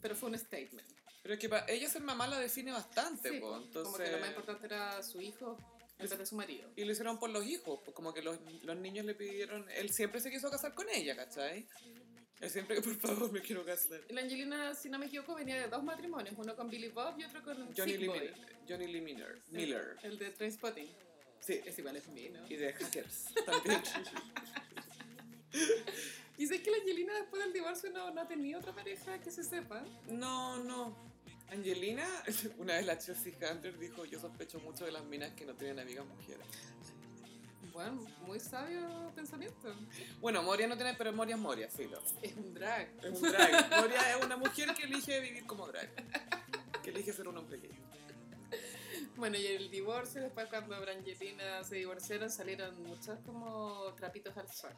Speaker 2: pero fue un statement.
Speaker 1: Pero es que para ella ser mamá la define bastante,
Speaker 2: Sí,
Speaker 1: po,
Speaker 2: Como que lo más
Speaker 1: entonces...
Speaker 2: importante era su hijo en vez de su marido.
Speaker 1: Y lo hicieron por los hijos, pues como que los, los niños le pidieron, él siempre se quiso casar con ella, ¿cachai? Es siempre que por favor me quiero casar.
Speaker 2: La Angelina, si no me equivoco, venía de dos matrimonios, uno con Billy Bob y otro con
Speaker 1: Johnny
Speaker 2: Sick
Speaker 1: Lee
Speaker 2: Boy.
Speaker 1: Miller. Johnny Lee Miller. Miller.
Speaker 2: El, de Trainspotting.
Speaker 1: Sí.
Speaker 2: Es igual, es mío,
Speaker 1: Y de Hackers también.
Speaker 2: Y sé que la Angelina después del divorcio no, no ha tenido otra pareja que se sepa.
Speaker 1: No, no. Angelina, una vez la Chelsea Hunter dijo, yo sospecho mucho de las minas que no tienen amigas mujeres.
Speaker 2: Bueno, muy sabio pensamiento.
Speaker 1: Bueno, Moria no tiene, pero Moria es Moria, filo.
Speaker 2: Es un drag.
Speaker 1: Es un drag. Moria es una mujer que elige vivir como drag. Que elige ser un hombre gay.
Speaker 2: Bueno, y el divorcio, después cuando Brangelina se divorciaron, salieron muchos como trapitos al sol.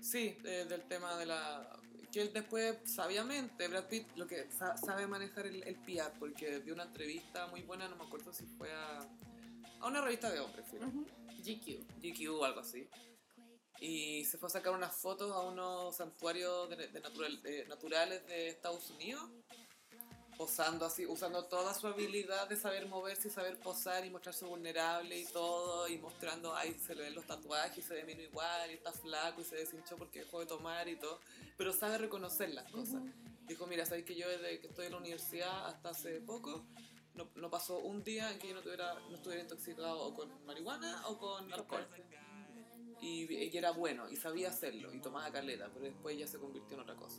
Speaker 1: Sí, eh, del tema de la... Que él después, sabiamente, Brad Pitt lo que sa- sabe manejar el, el PR, porque dio una entrevista muy buena, no me acuerdo si fue a, a una revista de hombres, filo.
Speaker 2: GQ.
Speaker 1: GQ o algo así. Y se fue a sacar unas fotos a unos santuarios de, de natural- de naturales de Estados Unidos, posando así, usando toda su habilidad de saber moverse y saber posar y mostrarse vulnerable y todo, y mostrando, ay, se le ven los tatuajes, y se ve menos igual, y está flaco y se deshinchó porque dejó de tomar y todo, pero sabe reconocer las cosas. Dijo, mira, sabéis que yo desde que estoy en la universidad hasta hace poco, no, no pasó un día en que yo no, tuviera, no estuviera intoxicado o con marihuana o con alcohol. Y, y era bueno, y sabía hacerlo, y tomaba caleta, pero después ya se convirtió en otra cosa.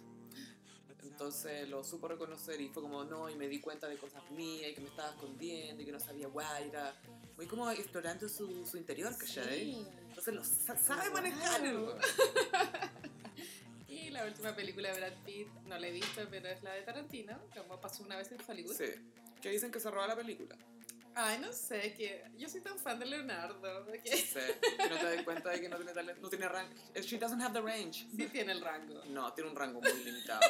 Speaker 1: Entonces lo supo reconocer y fue como, no, y me di cuenta de cosas mías, y que me estaba escondiendo, y que no sabía guay, era muy como explorando su, su interior, ¿cachai? Entonces lo sa- sabe manejar el
Speaker 2: Claro.
Speaker 1: weón.
Speaker 2: Y la última película de Brad Pitt, no la he visto, pero es la de Tarantino, como pasó una vez en Hollywood.
Speaker 1: Sí. Que dicen que se roba la película.
Speaker 2: Ay, no sé, que yo soy tan fan de Leonardo, que
Speaker 1: Sí. Que no te das cuenta de que no tiene talento, no tiene rango. She doesn't have the range.
Speaker 2: sí tiene el rango.
Speaker 1: No, tiene un rango muy limitado.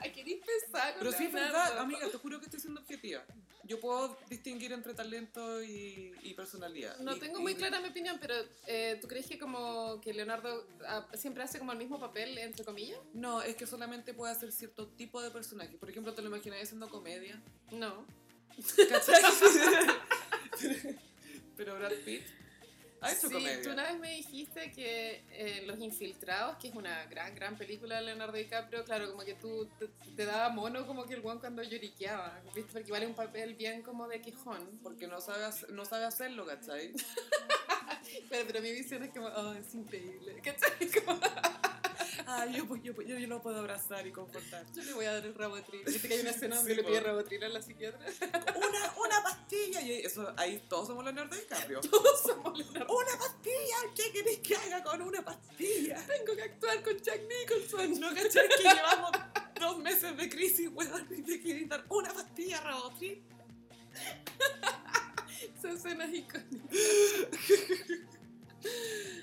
Speaker 2: Ay, queréis pensar con
Speaker 1: Pero sí es
Speaker 2: Leonardo.
Speaker 1: verdad, amiga, te juro que estoy siendo objetiva. Yo puedo distinguir entre talento y, y personalidad.
Speaker 2: No
Speaker 1: Y-
Speaker 2: tengo
Speaker 1: y-
Speaker 2: muy clara mi opinión, pero eh, ¿tú crees que como que Leonardo ah, siempre hace como el mismo papel, entre comillas?
Speaker 1: No, es que solamente puede hacer cierto tipo de personaje. Por ejemplo, te lo imaginas haciendo comedia.
Speaker 2: No.
Speaker 1: ¿Cachai? Pero Brad Pitt ha hecho
Speaker 2: sí,
Speaker 1: comedia.
Speaker 2: tú una vez me dijiste que eh, Los Infiltrados, que es una gran, gran película de Leonardo DiCaprio, claro, como que tú te, te daba mono como que el guan cuando lloriqueaba, ¿viste? Porque vale un papel bien como de quejón.
Speaker 1: Porque no sabe, hac- no sabe hacerlo, ¿cachai?
Speaker 2: Pero, pero mi visión es como, oh, es increíble. ¿Cachai? Como,
Speaker 1: Ah, yo, pues, yo, pues, yo, yo lo puedo abrazar y confortar.
Speaker 2: yo le voy a dar el rabotril. Viste que hay una escena donde
Speaker 1: Sí,
Speaker 2: le
Speaker 1: po.
Speaker 2: pide rabotril a la psiquiatra.
Speaker 1: ¡Una, una pastilla! Y eso, ahí todos somos Leonardo DiCaprio.
Speaker 2: Todos somos Leonardo.
Speaker 1: ¡Una pastilla! ¿Qué querés que haga con una pastilla?
Speaker 2: Tengo que actuar con Jack Nicholson.
Speaker 1: No cachai que llevamos dos meses de crisis, weón, y te quieren dar una pastilla Rabotril.
Speaker 2: Esa escena es icónica.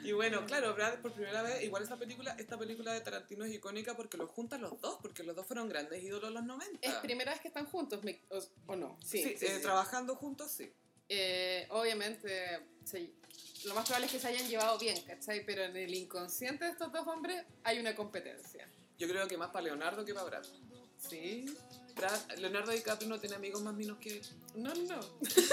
Speaker 1: Y bueno, claro, Brad, por primera vez, igual esta película, esta película de Tarantino es icónica porque los juntan los dos, porque los dos fueron grandes ídolos los 90.
Speaker 2: Es primera vez que están juntos, me- o, o no?
Speaker 1: Ah. sí, eh, trabajando juntos, sí.
Speaker 2: Eh, obviamente, se- lo más probable es que se hayan llevado bien, ¿cachai? Pero en el inconsciente de estos dos hombres hay una competencia.
Speaker 1: Yo creo que más para Leonardo que para Brad.
Speaker 2: ¿Sí?
Speaker 1: Brad- Leonardo DiCaprio no tiene amigos más menos que él.
Speaker 2: No, no.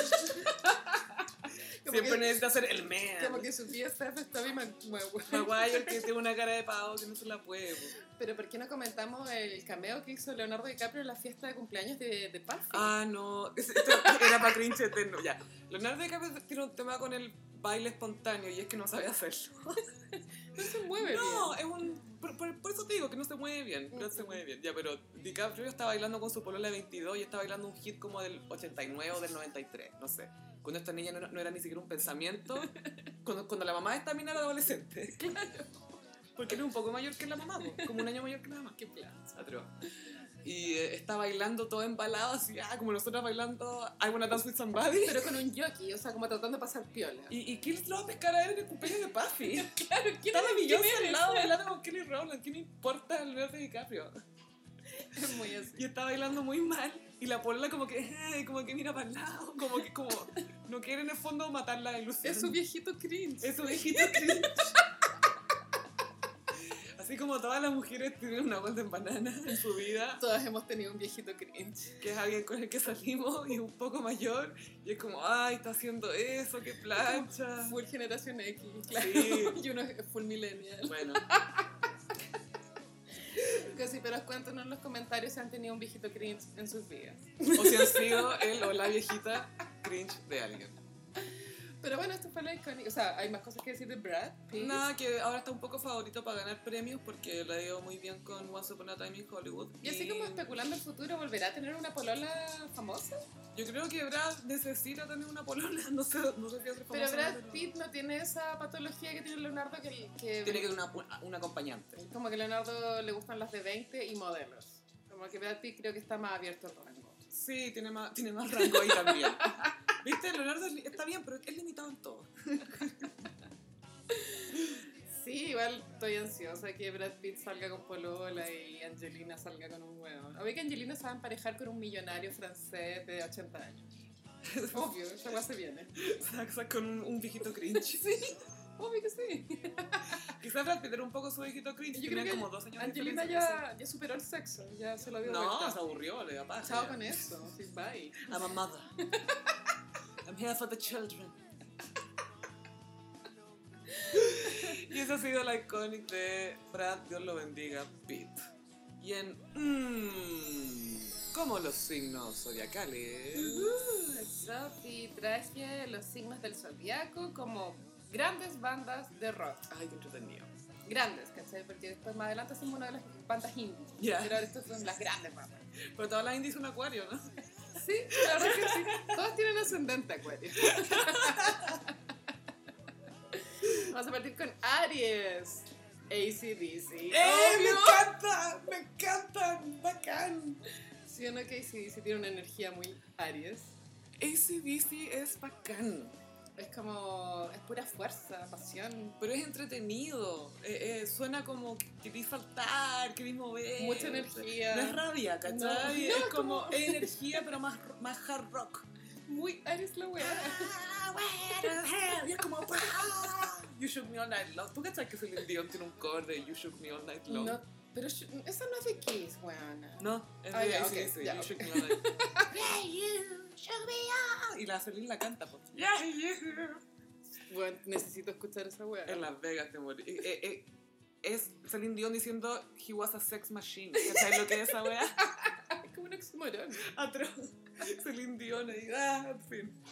Speaker 2: como,
Speaker 1: Siempre
Speaker 2: que,
Speaker 1: necesita ser el man.
Speaker 2: como que su tía Steph está bien ma- ma-
Speaker 1: Maguire que tiene una cara de pavo que no se la puede. po.
Speaker 2: Pero ¿por qué no comentamos el cameo que hizo Leonardo DiCaprio en la fiesta de cumpleaños de, de Puffy?
Speaker 1: Ah, no. Esto era para cringe eterno. Ya. Leonardo DiCaprio tiene un tema con el baile espontáneo y es que no sabe hacerlo.
Speaker 2: No se mueve
Speaker 1: No, es un. Por, por- por eso te digo que no se mueve bien. No se mueve bien. Ya, pero DiCaprio está bailando con su polola de 22 y está bailando un hit como del 89 o del 93. No sé. Cuando esta niña no, era- no era ni siquiera un pensamiento. Cuando, cuando la mamá de esta mina era adolescente. Claro. Porque era un poco mayor que la mamá, po, como un año mayor que la mamá.
Speaker 2: bien. Qué plan.
Speaker 1: Atroz. Y eh, está bailando todo embalado, así, ah, como nosotros bailando I Wanna Dance With Somebody.
Speaker 2: Pero con un jockey, o sea, como tratando de pasar piola.
Speaker 1: Y, y Kills lo va a pescar a él en el cumpleaños de Puffy.
Speaker 2: claro, ¿quién
Speaker 1: Está la
Speaker 2: eres?
Speaker 1: Beyoncé
Speaker 2: ¿Quién eres?
Speaker 1: al lado bailando con Kelly Rowland, ¿qué me importa Leonardo DiCaprio?
Speaker 2: Es muy así.
Speaker 1: Y está bailando muy mal, y la polola como que, "Ay", como que mira para el lado, como que como, no quiere en el fondo matar la ilusión.
Speaker 2: Es su viejito cringe.
Speaker 1: Es su viejito cringe. Así como todas las mujeres tienen una vuelta en banana en su vida,
Speaker 2: Todas hemos tenido un viejito cringe.
Speaker 1: que es alguien con el que salimos y es un poco mayor, y es como, ay, está haciendo eso, qué plancha.
Speaker 2: Full generación X, claro.
Speaker 1: Sí.
Speaker 2: Y uno es full millennial.
Speaker 1: Bueno,
Speaker 2: Chicos, si pero cuéntanos en los comentarios si han tenido un viejito cringe en sus vidas.
Speaker 1: O si han sido él o la viejita cringe de alguien.
Speaker 2: Pero bueno, esto fue la icónica. O sea, hay más cosas que decir de Brad Pitt.
Speaker 1: Nada, que ahora está un poco favorito para ganar premios porque la dio muy bien con Once Upon a Time in Hollywood.
Speaker 2: Y así como especulando el futuro, ¿volverá a tener una polola famosa?
Speaker 1: Yo creo que Brad necesita tener una polola, no sé, no sé qué hacer
Speaker 2: Pero Brad Pitt no tiene esa patología que tiene Leonardo que... que
Speaker 1: Tiene que tener una, un acompañante.
Speaker 2: Como que a Leonardo le gustan las de 20 y modelos. Como que Brad Pitt creo que está más abierto al rango.
Speaker 1: Sí, tiene más, tiene más rango ahí también. ¿Viste? Leonardo es li- está bien, pero es limitado en todo.
Speaker 2: Sí, igual estoy ansiosa que Brad Pitt salga con Polola y Angelina salga con un huevo. Obvio que Angelina se va a emparejar con un millonario francés de 80 años. Obvio, esa cosa se viene.
Speaker 1: Saxa con un, un viejito cringe.
Speaker 2: Sí, obvio que sí.
Speaker 1: Quizás Brad Pitt era un poco su viejito cringe.
Speaker 2: Yo
Speaker 1: tenía
Speaker 2: creo que
Speaker 1: como dos años de
Speaker 2: Angelina
Speaker 1: diferencia,
Speaker 2: ya, ya superó el sexo, ya se lo
Speaker 1: no sé.
Speaker 2: dio
Speaker 1: No, se
Speaker 2: vuelta.
Speaker 1: aburrió, le da paja.
Speaker 2: Chao
Speaker 1: ya.
Speaker 2: con eso, sí, bye.
Speaker 1: I'm a mother. I'm here for the children. y esa ha sido la icónica de Brad, Dios lo bendiga, Pete. Y en mmm, como los signos zodiacales.
Speaker 2: Uh, Sophie traje los signos del zodiaco como grandes bandas de rock.
Speaker 1: Ay, qué entretenido.
Speaker 2: Grandes, ¿cachai? Porque después más adelante hacemos una de las bandas indies.
Speaker 1: Ya.
Speaker 2: Pero ahora estas son las grandes bandas.
Speaker 1: Pero todas las indies son acuario, ¿no?
Speaker 2: Sí, la verdad que sí. Todos tienen ascendente acuario. Vamos a partir con Aries. ACDC. Obvio.
Speaker 1: ¡Eh, encanta! ¡Me encanta! ¡Bacán!
Speaker 2: Sí, o no que ACDC tiene una energía muy Aries.
Speaker 1: ACDC es bacán.
Speaker 2: Es como. Es pura fuerza, pasión.
Speaker 1: Pero es entretenido, eh, eh, suena como que querís saltar, querís mover.
Speaker 2: Mucha energía.
Speaker 1: No es rabia, ¿cachai?
Speaker 2: No, no,
Speaker 1: es
Speaker 2: es
Speaker 1: como,
Speaker 2: como-
Speaker 1: es energía, pero más, más hard rock.
Speaker 2: Muy Aries la wea.
Speaker 1: Ah, bueno, hell, y es como, ah, You Shook Me All Night Long. ¿Tú cachai que Celine Dion tiene un cover de You Shook Me All Night Long?
Speaker 2: No, pero yo- esa no es de Kiss, weona.
Speaker 1: No, es de
Speaker 2: Ah, ya,
Speaker 1: AC/DC,
Speaker 2: ok, ya,
Speaker 1: You
Speaker 2: ok.
Speaker 1: Shook Me All Night Long. Yeah, you shook me all. Y la Celine la canta, pues. Yeah, you.
Speaker 2: Bueno, necesito escuchar esa wea.
Speaker 1: En Las Vegas te morí. Eh, eh, eh, es Celine Dion diciendo he was a sex machine. ¿Sabes lo que es esa wea?
Speaker 2: Es como un oxímoron.
Speaker 1: Atroz. Celine Dion ahí. Ah, en fin.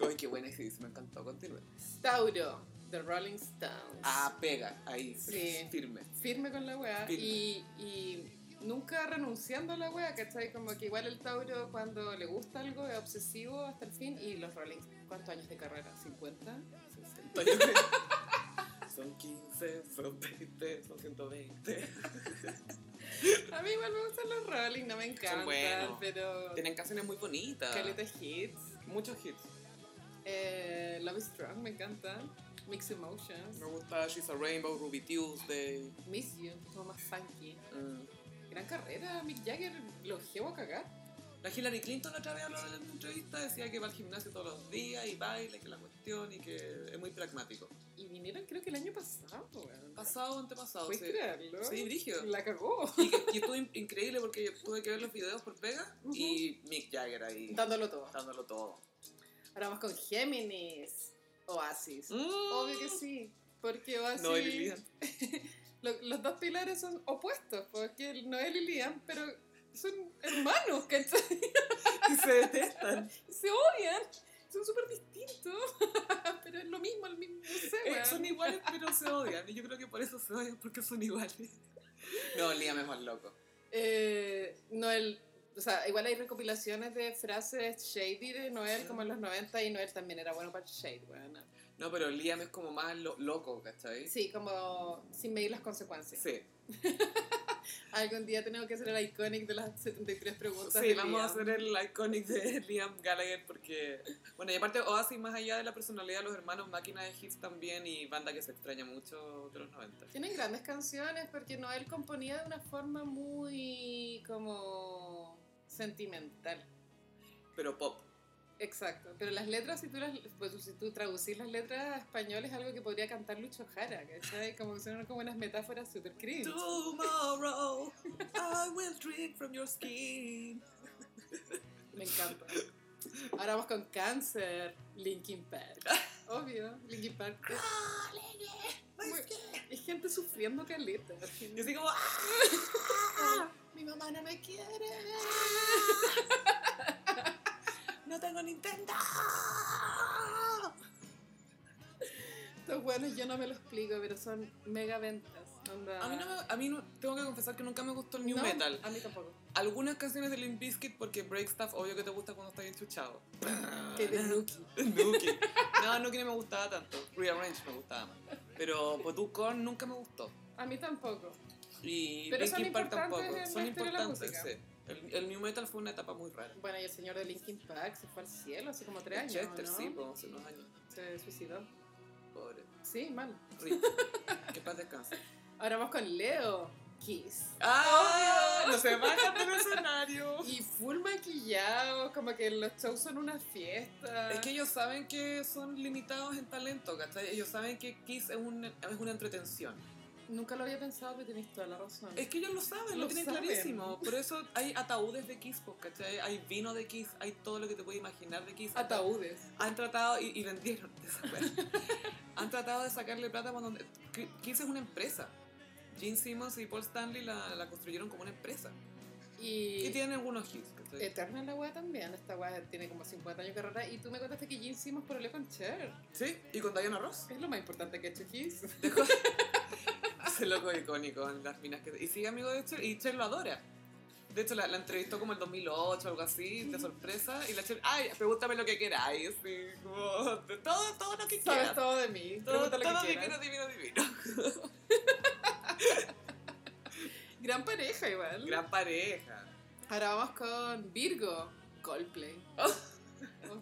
Speaker 1: Ay, qué buena ese dice, me encantó. Continúe.
Speaker 2: Tauro, The Rolling Stones.
Speaker 1: Ah, pega, ahí.
Speaker 2: Sí.
Speaker 1: Firme.
Speaker 2: firme con la wea
Speaker 1: Firme.
Speaker 2: y, y nunca renunciando a la wea, ¿cachai? Como que igual el Tauro cuando le gusta algo es obsesivo hasta el fin y los Rolling, ¿cuántos años de carrera? ¿50?
Speaker 1: 60. Son 15, son 20, son 120.
Speaker 2: A mí igual me gustan los Rolling, no me encantan,
Speaker 1: buenos.
Speaker 2: pero
Speaker 1: Tienen canciones muy bonitas.
Speaker 2: caleta hits.
Speaker 1: Muchos hits.
Speaker 2: Eh, Love is Strong me encanta, Mixed Emotions,
Speaker 1: Me gusta She's a Rainbow, Ruby Tuesday.
Speaker 2: Miss You, como más funky.
Speaker 1: mm.
Speaker 2: Gran carrera, Mick Jagger, lo llevo a cagar.
Speaker 1: La Hillary Clinton la otra vez habló en una entrevista, decía que va al gimnasio todos los días y baila y que la cuestión y que es muy pragmático.
Speaker 2: Y vinieron creo que el año pasado, weón.
Speaker 1: Pasado o antepasado,
Speaker 2: ¿Puedes
Speaker 1: sí.
Speaker 2: creerlo?
Speaker 1: Sí, brígido.
Speaker 2: La cagó.
Speaker 1: Y, que- y estuvo in- increíble porque yo tuve que ver los videos por Vega
Speaker 2: Ujú.
Speaker 1: y Mick Jagger ahí
Speaker 2: Dándolo todo.
Speaker 1: dándolo todo.
Speaker 2: Ahora vamos con Géminis. Oasis. Mm. Obvio que sí. Porque Oasis.
Speaker 1: Mm. No, y Liam.
Speaker 2: Lo- los dos pilares son opuestos. Porque el Noel y Liam, pero son hermanos, ¿cachai?
Speaker 1: Y se detestan.
Speaker 2: Se odian. Son súper distintos. pero es lo mismo, el mismo. No sé,
Speaker 1: Eh,
Speaker 2: weón.
Speaker 1: son iguales pero se odian. Y yo creo que por eso se odian, porque son iguales. No, Liam es más loco.
Speaker 2: Eh, Noel. O sea, igual hay recopilaciones de frases shady de Noel, como en los 90, y Noel también era bueno para el shade, weón.
Speaker 1: No, pero Liam es como más lo- loco, ¿cachai?
Speaker 2: Sí, como sin medir las consecuencias.
Speaker 1: Sí.
Speaker 2: Algún día tenemos que hacer el iconic de las 73 preguntas.
Speaker 1: Sí,
Speaker 2: de
Speaker 1: vamos a
Speaker 2: Liam.
Speaker 1: hacer el iconic de Liam Gallagher porque, bueno, y aparte Oasis, más allá de la personalidad de los hermanos, máquina de hits también y banda que se extraña mucho de los 90.
Speaker 2: Tienen grandes canciones porque Noel componía de una forma muy como sentimental.
Speaker 1: Pero pop.
Speaker 2: Exacto, pero las letras, si tú, las, pues, si tú traducís las letras a español, es algo que podría cantar Lucho Jara, ¿cachai? Como que son como unas metáforas super cringe.
Speaker 1: Tomorrow I will drink from your skin.
Speaker 2: Me encanta. Ahora vamos con cáncer. Linkin Park. Obvio, Linkin Park. Muy- Es gente sufriendo caleta.
Speaker 1: Yo así como, ¡ah!
Speaker 2: Mi mamá no me quiere.
Speaker 1: ¡No tengo Nintendo!
Speaker 2: Estos buenos yo no me lo explico, pero son mega ventas. Onda-
Speaker 1: A mí, no me- a mí no- tengo que confesar que nunca me gustó el New
Speaker 2: No,
Speaker 1: Metal.
Speaker 2: A mí tampoco.
Speaker 1: Algunas canciones de Limp Bizkit porque Break Stuff, obvio que te gusta cuando estás enchuchado. Ah.
Speaker 2: Que de Nuki.
Speaker 1: Nuki. No, Nuki no me gustaba tanto. Rearrange me gustaba más. Pero Potu Corn nunca me gustó.
Speaker 2: A mí tampoco.
Speaker 1: Y
Speaker 2: Pero son
Speaker 1: Linkin Park
Speaker 2: importantes
Speaker 1: tampoco.
Speaker 2: en la
Speaker 1: Son
Speaker 2: historia de la
Speaker 1: importantes,
Speaker 2: música.
Speaker 1: sí. El, el New Metal fue una etapa muy rara.
Speaker 2: Bueno, y el señor de Linkin Park se fue al cielo hace como tres años.
Speaker 1: Chester,
Speaker 2: ¿no?
Speaker 1: sí, po, hace unos años.
Speaker 2: Se suicidó.
Speaker 1: Pobre.
Speaker 2: Sí, mal.
Speaker 1: Rick. que paz descanse.
Speaker 2: Ahora vamos con Leo. Kiss.
Speaker 1: ¡Ah! No se bajan del escenario.
Speaker 2: Y full maquillado, como que los shows son una fiesta.
Speaker 1: Es que ellos saben que son limitados en talento, ¿cachai? Ellos saben que Kiss es, un- es una entretención.
Speaker 2: Nunca lo había pensado, pero tenés toda la razón.
Speaker 1: Es que ellos lo saben, lo,
Speaker 2: Lo
Speaker 1: tienen
Speaker 2: saben.
Speaker 1: clarísimo. Por eso hay ataúdes de Kiss, po, ¿cachai? Hay vino de Kiss, hay todo lo que te puedes imaginar de Kiss.
Speaker 2: Ataúdes.
Speaker 1: Han tratado, y, y vendieron, esa wea. Han tratado de sacarle plata cuando... Kiss es una empresa. Gene Simmons y Paul Stanley la, la construyeron como una empresa. Y,
Speaker 2: Y Eh,
Speaker 1: tienen algunos hits, ¿cachai?
Speaker 2: Eterna es la weá también. Esta weá tiene como 50 años de carrera. Y tú me contaste que Jim Simmons peleó con Cher.
Speaker 1: Sí, y con Diana Ross.
Speaker 2: Es lo más importante que ha hecho Kiss.
Speaker 1: Ese loco icónico en las minas que... Y sigue amigo de Cher, y Cher lo adora. De hecho, la, la entrevistó como el 2008 o algo así, de sorpresa, y la Cher, ay, pregúntame lo que queráis, y como, de todo, todo lo que
Speaker 2: Sabes
Speaker 1: quieras.
Speaker 2: todo de mí.
Speaker 1: Todo,
Speaker 2: Pregunta lo
Speaker 1: todo
Speaker 2: que
Speaker 1: divino,
Speaker 2: quieras.
Speaker 1: divino, divino.
Speaker 2: Gran pareja igual.
Speaker 1: Gran pareja.
Speaker 2: Ahora vamos con Virgo. Coldplay.
Speaker 1: Oh.
Speaker 2: Oh,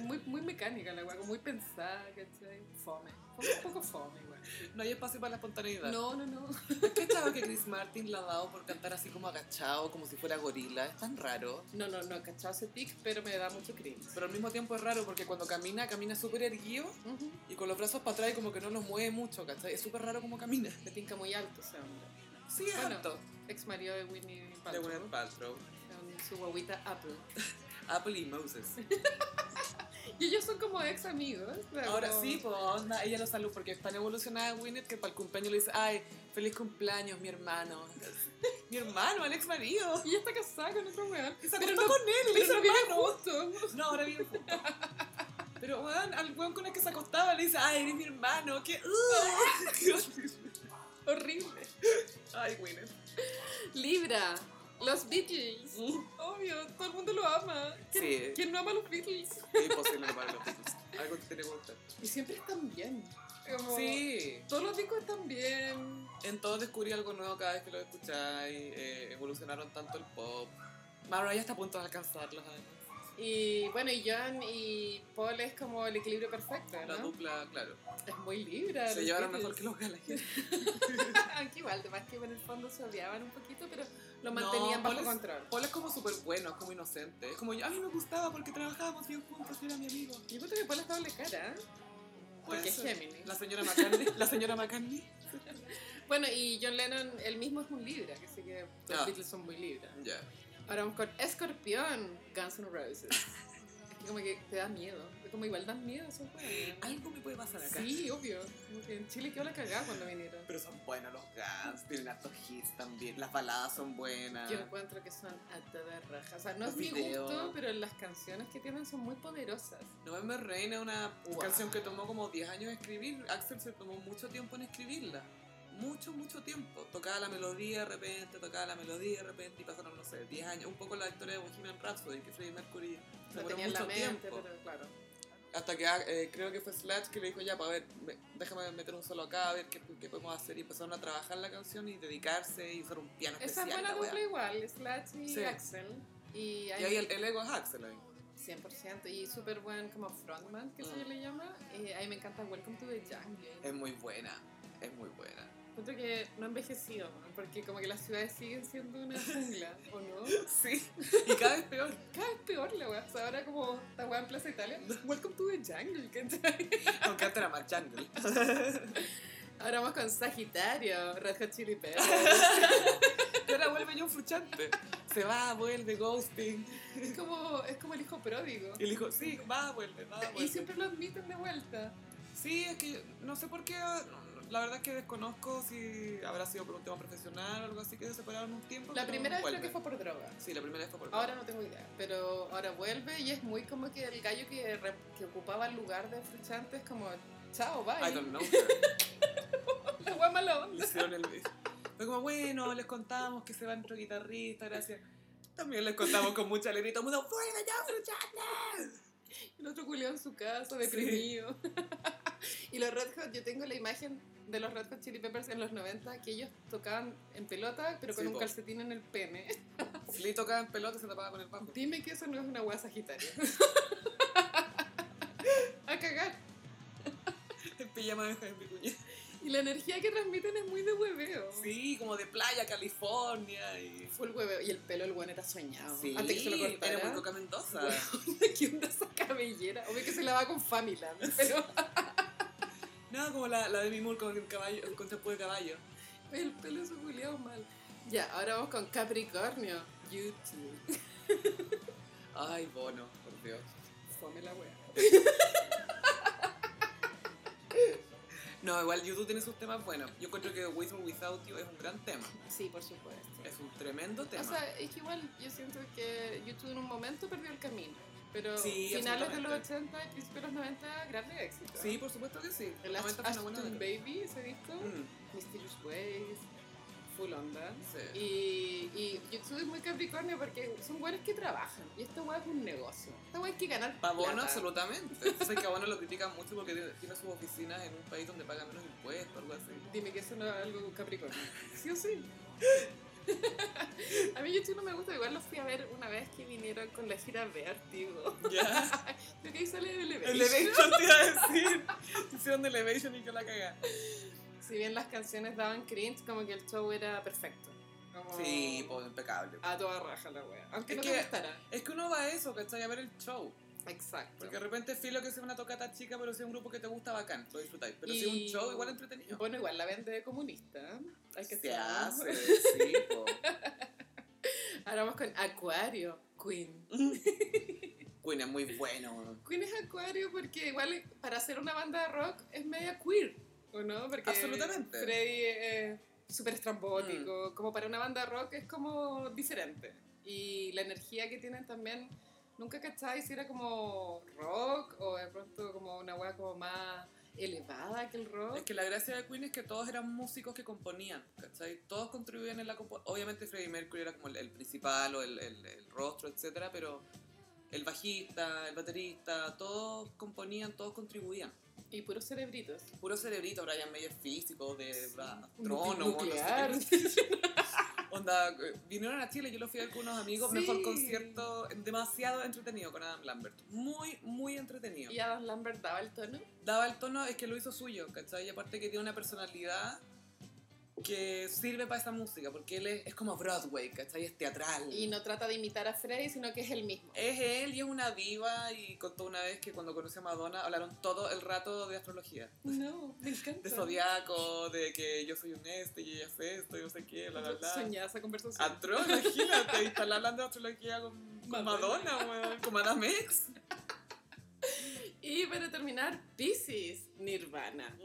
Speaker 2: Muy, muy mecánica la weá, como muy pensada, ¿cachai? Fome. Fue un poco fome igual.
Speaker 1: No hay espacio para la espontaneidad.
Speaker 2: No, no, no.
Speaker 1: ¿Qué chavo que Chris Martin la ha dado por cantar así como agachado, como si fuera gorila? Es tan raro.
Speaker 2: No, no, no, cachado ese tic, pero me da mucho cringe.
Speaker 1: Pero al mismo tiempo es raro porque cuando camina, camina súper erguido
Speaker 2: Ujú.
Speaker 1: y con los brazos para atrás y como que no los mueve mucho, ¿cachai? Es súper raro como camina.
Speaker 2: Me tinca muy alto ese hombre.
Speaker 1: Sí, es
Speaker 2: Bueno,
Speaker 1: harto.
Speaker 2: Ex marido de Winnie Paltrow.
Speaker 1: Gwyneth Paltrow.
Speaker 2: Con su guaguita Apple.
Speaker 1: Apple y Moses.
Speaker 2: Y ellos son como ex amigos. pero-
Speaker 1: Ahora sí, pues onda, ella lo saluda porque es tan evolucionada Winnet que para el cumpleaños le dice, ay, feliz cumpleaños, mi hermano. mi hermano, Alex Mario.
Speaker 2: Y ella está casada con otro weón.
Speaker 1: Y se
Speaker 2: Pero
Speaker 1: acostó
Speaker 2: no-
Speaker 1: con él,
Speaker 2: Pero
Speaker 1: es
Speaker 2: no viven
Speaker 1: hermano.
Speaker 2: juntos.
Speaker 1: No, ahora vive juntos. Pero weón, al weón con el que se acostaba le dice, ay, eres mi hermano, que... uh".
Speaker 2: Horrible.
Speaker 1: ay, Winnet.
Speaker 2: Libra. Los Beatles. Obvio, todo el mundo lo ama. ¿Quién,
Speaker 1: Sí.
Speaker 2: quién no ama a los Beatles?
Speaker 1: Es imposible para los Beatles. Algo que tiene que gustar.
Speaker 2: Y siempre están bien.
Speaker 1: Oh.
Speaker 2: Como-
Speaker 1: Sí.
Speaker 2: Todos los discos están bien.
Speaker 1: Entonces descubrí algo nuevo cada vez que lo escucháis. eh, evolucionaron tanto el pop. Mariah está a punto de alcanzarlos, además.
Speaker 2: Y bueno, y John y Paul es como el equilibrio perfecto,
Speaker 1: La
Speaker 2: ¿no?
Speaker 1: dupla, claro.
Speaker 2: Es muy libra.
Speaker 1: Se
Speaker 2: los
Speaker 1: llevaron mejor
Speaker 2: Beatles.
Speaker 1: que los Gallagher.
Speaker 2: Aunque igual, además que en el fondo se odiaban un poquito, pero lo
Speaker 1: No,
Speaker 2: mantenían
Speaker 1: Paul
Speaker 2: bajo
Speaker 1: es-
Speaker 2: control.
Speaker 1: Paul es como súper bueno, es como inocente. Es como, yo, a mí me gustaba porque trabajábamos bien juntos y era mi amigo.
Speaker 2: Yo creo que Paul es doble cara, ¿eh?
Speaker 1: Puede
Speaker 2: porque es
Speaker 1: ser.
Speaker 2: Géminis.
Speaker 1: La señora McCartney. la señora McCartney.
Speaker 2: Bueno, y John Lennon, él mismo es un libra, que sé que los
Speaker 1: Ah.
Speaker 2: Beatles son muy libras.
Speaker 1: Ya.
Speaker 2: Ahora vamos con Escorpión, Guns N' Roses. es que como que te da miedo. Es como igual dan miedo esos juegos.
Speaker 1: Algo me puede pasar acá.
Speaker 2: Sí, obvio. Como que en Chile quedó la cagada cuando vinieron.
Speaker 1: Pero son buenos los Guns, tienen hartos hits también. Las baladas son buenas.
Speaker 2: Yo encuentro que son a toda raja. O sea, no
Speaker 1: Ah. Los
Speaker 2: es mi
Speaker 1: videos.
Speaker 2: gusto, pero las canciones que tienen son muy poderosas.
Speaker 1: November Rain es una
Speaker 2: Wow.
Speaker 1: canción que tomó como 10 años escribir. Axel se tomó mucho tiempo en escribirla. Mucho, mucho tiempo. Tocaba la melodía de repente, tocaba la melodía de repente y pasaron, no sé, 10 años. Un poco la historia de Bohemian Rhapsody, que Freddie Mercury se
Speaker 2: Lo
Speaker 1: demoró
Speaker 2: tenía en
Speaker 1: mucho
Speaker 2: la mente,
Speaker 1: tiempo.
Speaker 2: pero claro.
Speaker 1: Hasta que ah, eh, creo que fue Slash que le dijo, ya, para ver, me- déjame meter un solo acá, a ver qué, qué podemos hacer. Y empezaron a trabajar la canción y dedicarse y usar un piano
Speaker 2: Esa
Speaker 1: especial.
Speaker 2: es buena
Speaker 1: la
Speaker 2: dupla
Speaker 1: weá.
Speaker 2: igual, Slash y
Speaker 1: Sí.
Speaker 2: Axel. Y
Speaker 1: y
Speaker 2: hay
Speaker 1: ahí el, el ego es Axel ¿eh? ahí.
Speaker 2: 100%. Y súper buen como frontman, que se
Speaker 1: Mm.
Speaker 2: le llama. Eh, a mí me encanta Welcome to the Jungle.
Speaker 1: Es muy buena, es muy buena.
Speaker 2: Encuentro que no ha envejecido, ¿no? porque como que las ciudades siguen siendo una jungla, ¿o no?
Speaker 1: Sí, y cada vez peor.
Speaker 2: Cada vez peor la weá. O sea, ahora como esta weá en Plaza Italia, Welcome to the Jungle, ¿cachai?
Speaker 1: Aunque antes era más jungle.
Speaker 2: Ahora vamos con Sagitario, Red Hot Chili Peppers.
Speaker 1: Y ahora vuelve yo un fruchante. se va, vuelve, ghosting.
Speaker 2: Es como, es como el hijo pródigo.
Speaker 1: Y el hijo, sí, va, vuelve, va, vuelve.
Speaker 2: Y siempre lo admiten de vuelta.
Speaker 1: Sí, es que no sé por qué, ah, no, no, la verdad es que desconozco si habrá sido por un tema profesional o algo así que se separaron un tiempo.
Speaker 2: La
Speaker 1: pero
Speaker 2: primera vez
Speaker 1: vuelve.
Speaker 2: creo que fue por droga.
Speaker 1: Sí, la primera vez fue por...
Speaker 2: Ahora no tengo idea, pero ahora vuelve y es muy como que el gallo que, re- que ocupaba el lugar de Fruchante es como, chao, bye.
Speaker 1: I don't know. girl.
Speaker 2: La wea mala
Speaker 1: Le
Speaker 2: onda.
Speaker 1: hicieron el... Fue como, bueno, les contamos que se va nuestro guitarrista, gracias. También les contamos con mucha alegría, y todo el mundo, ¡fuera ya, fruchate!
Speaker 2: El otro culiao en su casa, deprimido. y los Red Hot, yo tengo la imagen de los Red Hot Chili Peppers en los 90, que ellos tocaban en pelota, pero con
Speaker 1: Sí,
Speaker 2: un
Speaker 1: po.
Speaker 2: calcetín en el pene.
Speaker 1: Si le tocaba en pelota, se tapaba con el bajo.
Speaker 2: Dime que eso no es una wea sagitaria. A cagar.
Speaker 1: En pijama de Jaime Picuña.
Speaker 2: Y la energía que transmiten es muy de hueveo.
Speaker 1: Sí, como de playa, California. Y...
Speaker 2: Full hueveo. Y el pelo del weón era soñado.
Speaker 1: Sí,
Speaker 2: Ah, Antes que se lo
Speaker 1: Era muy
Speaker 2: cortara.
Speaker 1: coca Mendoza.
Speaker 2: ¿Qué onda esa cabellera? Obvio que se la va con Familand. Pero
Speaker 1: No, como la, la de mi Moore con el caballo, con champú de caballo.
Speaker 2: el pelo es juliado mal. Ya, ahora vamos con Capricornio. YouTube.
Speaker 1: Ay, bono, por Dios.
Speaker 2: Fome la wea.
Speaker 1: No, igual YouTube tiene sus temas buenos. Yo encuentro que With or Without You es un gran tema.
Speaker 2: Sí, por supuesto.
Speaker 1: Es un tremendo tema.
Speaker 2: O sea, es que igual yo siento que YouTube en un momento perdió el camino. Pero
Speaker 1: Sí,
Speaker 2: finales de los
Speaker 1: absolutamente.
Speaker 2: 80 y principios de los 90, grande éxito.
Speaker 1: sí, por supuesto que sí.
Speaker 2: El
Speaker 1: Momento fue una
Speaker 2: Ashton
Speaker 1: buena época.
Speaker 2: Baby, ese disco.
Speaker 1: Mm,
Speaker 2: Mysterious Ways, Full Onda.
Speaker 1: sí.
Speaker 2: Y, y YouTube es muy capricornio porque son güeyes que trabajan. Y esta weá es un negocio. Esta weá hay que ganar
Speaker 1: Pa' Bono,
Speaker 2: plata.
Speaker 1: absolutamente. Entonces, que a Bono lo critican mucho porque tiene, tiene sus oficinas en un país donde pagan menos impuestos, algo así.
Speaker 2: Dime que eso no es algo capricornio. Sí o sí. a mí YouTube no me gusta. Igual los fui a ver una vez que vinieron con la gira de Artigo.
Speaker 1: Ya.
Speaker 2: Lo que ahí sale
Speaker 1: El
Speaker 2: del evento.
Speaker 1: Elevation te iba a decir. Hicieron de Elevation y que la cagá.
Speaker 2: Si bien las canciones daban cringe, como que el show era perfecto. Como
Speaker 1: Sí, pues impecable.
Speaker 2: A toda raja la wea. Aunque
Speaker 1: Es
Speaker 2: no
Speaker 1: que-
Speaker 2: te gustara.
Speaker 1: Es que uno va a eso, ¿cachai? A ver el show.
Speaker 2: Exacto.
Speaker 1: Porque de repente filo que sea una tocata chica, pero si es un grupo que te gusta, bacán, lo disfrutáis. Pero si es
Speaker 2: Y-
Speaker 1: un show, igual entretenido.
Speaker 2: Bueno, igual la vende de comunista. ¿eh? Hay que
Speaker 1: Se
Speaker 2: ser-
Speaker 1: hace, sí, po.
Speaker 2: Ahora vamos con Acuario, Queen.
Speaker 1: Queen es muy bueno.
Speaker 2: Queen es Acuario porque igual para ser una banda de rock es media queer, ¿o no? Porque
Speaker 1: Absolutamente. Mm.
Speaker 2: Freddy es súper estrambótico. Como para una banda de rock es como diferente. Y la energía que tienen también... Nunca cacháis si era como rock o de pronto como una hueá como más elevada que el rock.
Speaker 1: Es que la gracia de Queen es que todos eran músicos que componían, ¿cachai? Todos contribuían en la composición. Obviamente Freddie Mercury era como el, el principal o el, el- el rostro, etcétera, pero el bajista, el baterista, todos componían, todos contribuían.
Speaker 2: Y puros cerebritos.
Speaker 1: Puro cerebrito, Brian May es físico, de astrónomo, no sé qué
Speaker 2: Nuclear.
Speaker 1: Onda, eh, vinieron a Chile, yo lo fui a ver con unos amigos,
Speaker 2: Sí.
Speaker 1: mejor concierto, demasiado entretenido con Adam Lambert. Muy, muy entretenido.
Speaker 2: Y Adam Lambert daba el tono.
Speaker 1: Daba el tono, es que lo hizo suyo, ¿cachai? Y aparte que tiene una personalidad que sirve para esa música, porque él es, es como Broadway, ¿cachai? Es teatral.
Speaker 2: Y no trata de imitar a Freddy, sino que es el mismo.
Speaker 1: Es él y es una diva y contó una vez que cuando conoció a Madonna hablaron todo el rato de astrología.
Speaker 2: No, me encanta.
Speaker 1: De zodiaco, de que yo soy un este y ella es esto y no sé qué, la la la.
Speaker 2: Soñada esa conversación.
Speaker 1: Atroz, imagínate, y estar hablando de astrología con, con
Speaker 2: Madonna.
Speaker 1: Madonna, weón, con Madame X.
Speaker 2: Y para terminar, Pisces, Nirvana.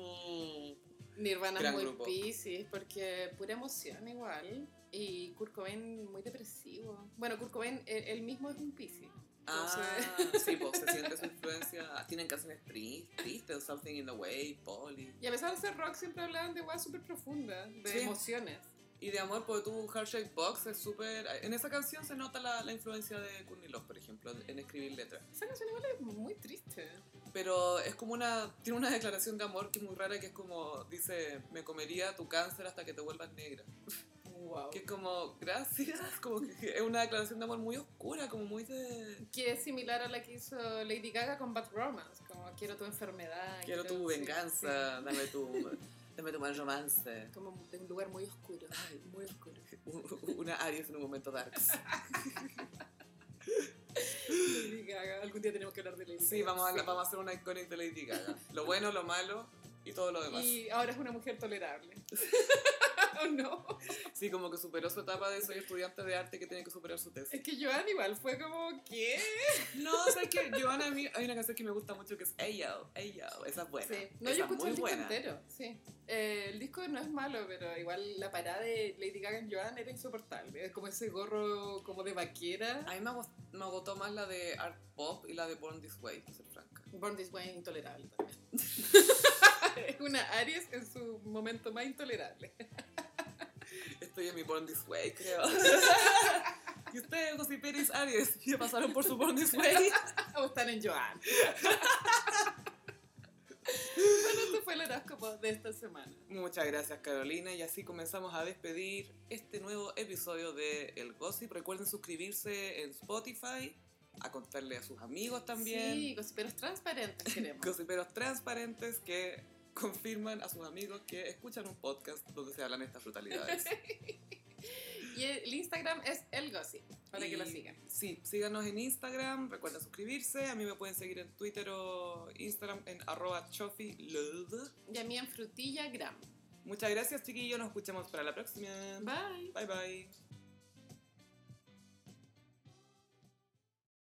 Speaker 2: Nirvana
Speaker 1: Gran
Speaker 2: es muy
Speaker 1: grupo.
Speaker 2: Pisces, porque pura emoción igual. Y Kurt Cobain muy depresivo. Bueno, Kurt Cobain, él, él mismo es un Pisces.
Speaker 1: Ah, sí, pues se siente su influencia. Tienen canciones tri- tristes, Something in the Way, Polly.
Speaker 2: Y a pesar de ser rock, siempre hablaban de guas súper profundas, de
Speaker 1: Sí.
Speaker 2: emociones.
Speaker 1: Y de amor, porque tu Heart Shape Box es súper. En esa canción se nota la, la influencia de Courtney Love, por ejemplo, en escribir letras.
Speaker 2: Esa canción igual es muy triste.
Speaker 1: Pero es como una. Tiene una declaración de amor que es muy rara, que es como: dice, me comería tu cáncer hasta que te vuelvas negra.
Speaker 2: Wow.
Speaker 1: Que es como, gracias, como que es una declaración de amor muy oscura, como muy de...
Speaker 2: Que es similar a la que hizo Lady Gaga con Bad Romance, como quiero tu enfermedad.
Speaker 1: Quiero tu
Speaker 2: sí,
Speaker 1: venganza, dame tu, dame tu mal romance.
Speaker 2: sí. Como de un lugar muy oscuro.
Speaker 1: Ay, muy oscuro. U- Una Aries en un momento darks.
Speaker 2: Lady Gaga, algún día tenemos que hablar de Lady Gaga.
Speaker 1: Sí, vamos a, hablar- vamos a hacer una iconic de Lady Gaga. Lo bueno, lo malo y todo lo demás.
Speaker 2: Y ahora es una mujer tolerable. ¿O no?
Speaker 1: Sí, como que superó su etapa de soy estudiante de arte que tiene que superar su tesis.
Speaker 2: Es que Joan igual fue como, ¿qué?
Speaker 1: No, o sea, es que Joana a mí hay una canción que me gusta mucho que es Hey Yo, Hey Yo, esa es buena.
Speaker 2: Sí. No,
Speaker 1: Esa
Speaker 2: yo
Speaker 1: es
Speaker 2: escuché
Speaker 1: muy
Speaker 2: el disco
Speaker 1: buena.
Speaker 2: entero, sí. Eh, el disco no es malo, pero igual la parada de Lady Gaga en Joan era insoportable. Es como ese gorro como de vaquera.
Speaker 1: A mí me agotó, me agotó más la de Art Pop y la de Born This Way, para ser franca.
Speaker 2: Born This Way es intolerable también. es una Aries en su momento más intolerable.
Speaker 1: Estoy en mi Born This Way, creo. y ustedes, José Pérez Aries, ya pasaron por su Born This Way.
Speaker 2: O están en Joan. bueno, este fue el horóscopo de esta semana.
Speaker 1: Muchas gracias Carolina y así comenzamos a despedir este nuevo episodio de El Gossip. Recuerden suscribirse en Spotify, a contarle a sus amigos también.
Speaker 2: Sí, gossiperos transparentes queremos.
Speaker 1: Gossiperos transparentes que confirman a sus amigos que escuchan un podcast donde se hablan estas brutalidades.
Speaker 2: y el Instagram es el gossip, para que
Speaker 1: Y
Speaker 2: lo sigan.
Speaker 1: Sí, síganos en Instagram, recuerden suscribirse. A mí me pueden seguir en Twitter o Instagram en arroba chofilove.
Speaker 2: Y a mí en frutillagram.
Speaker 1: Muchas gracias chiquillos, nos escuchamos para la próxima.
Speaker 2: Bye.
Speaker 1: Bye bye.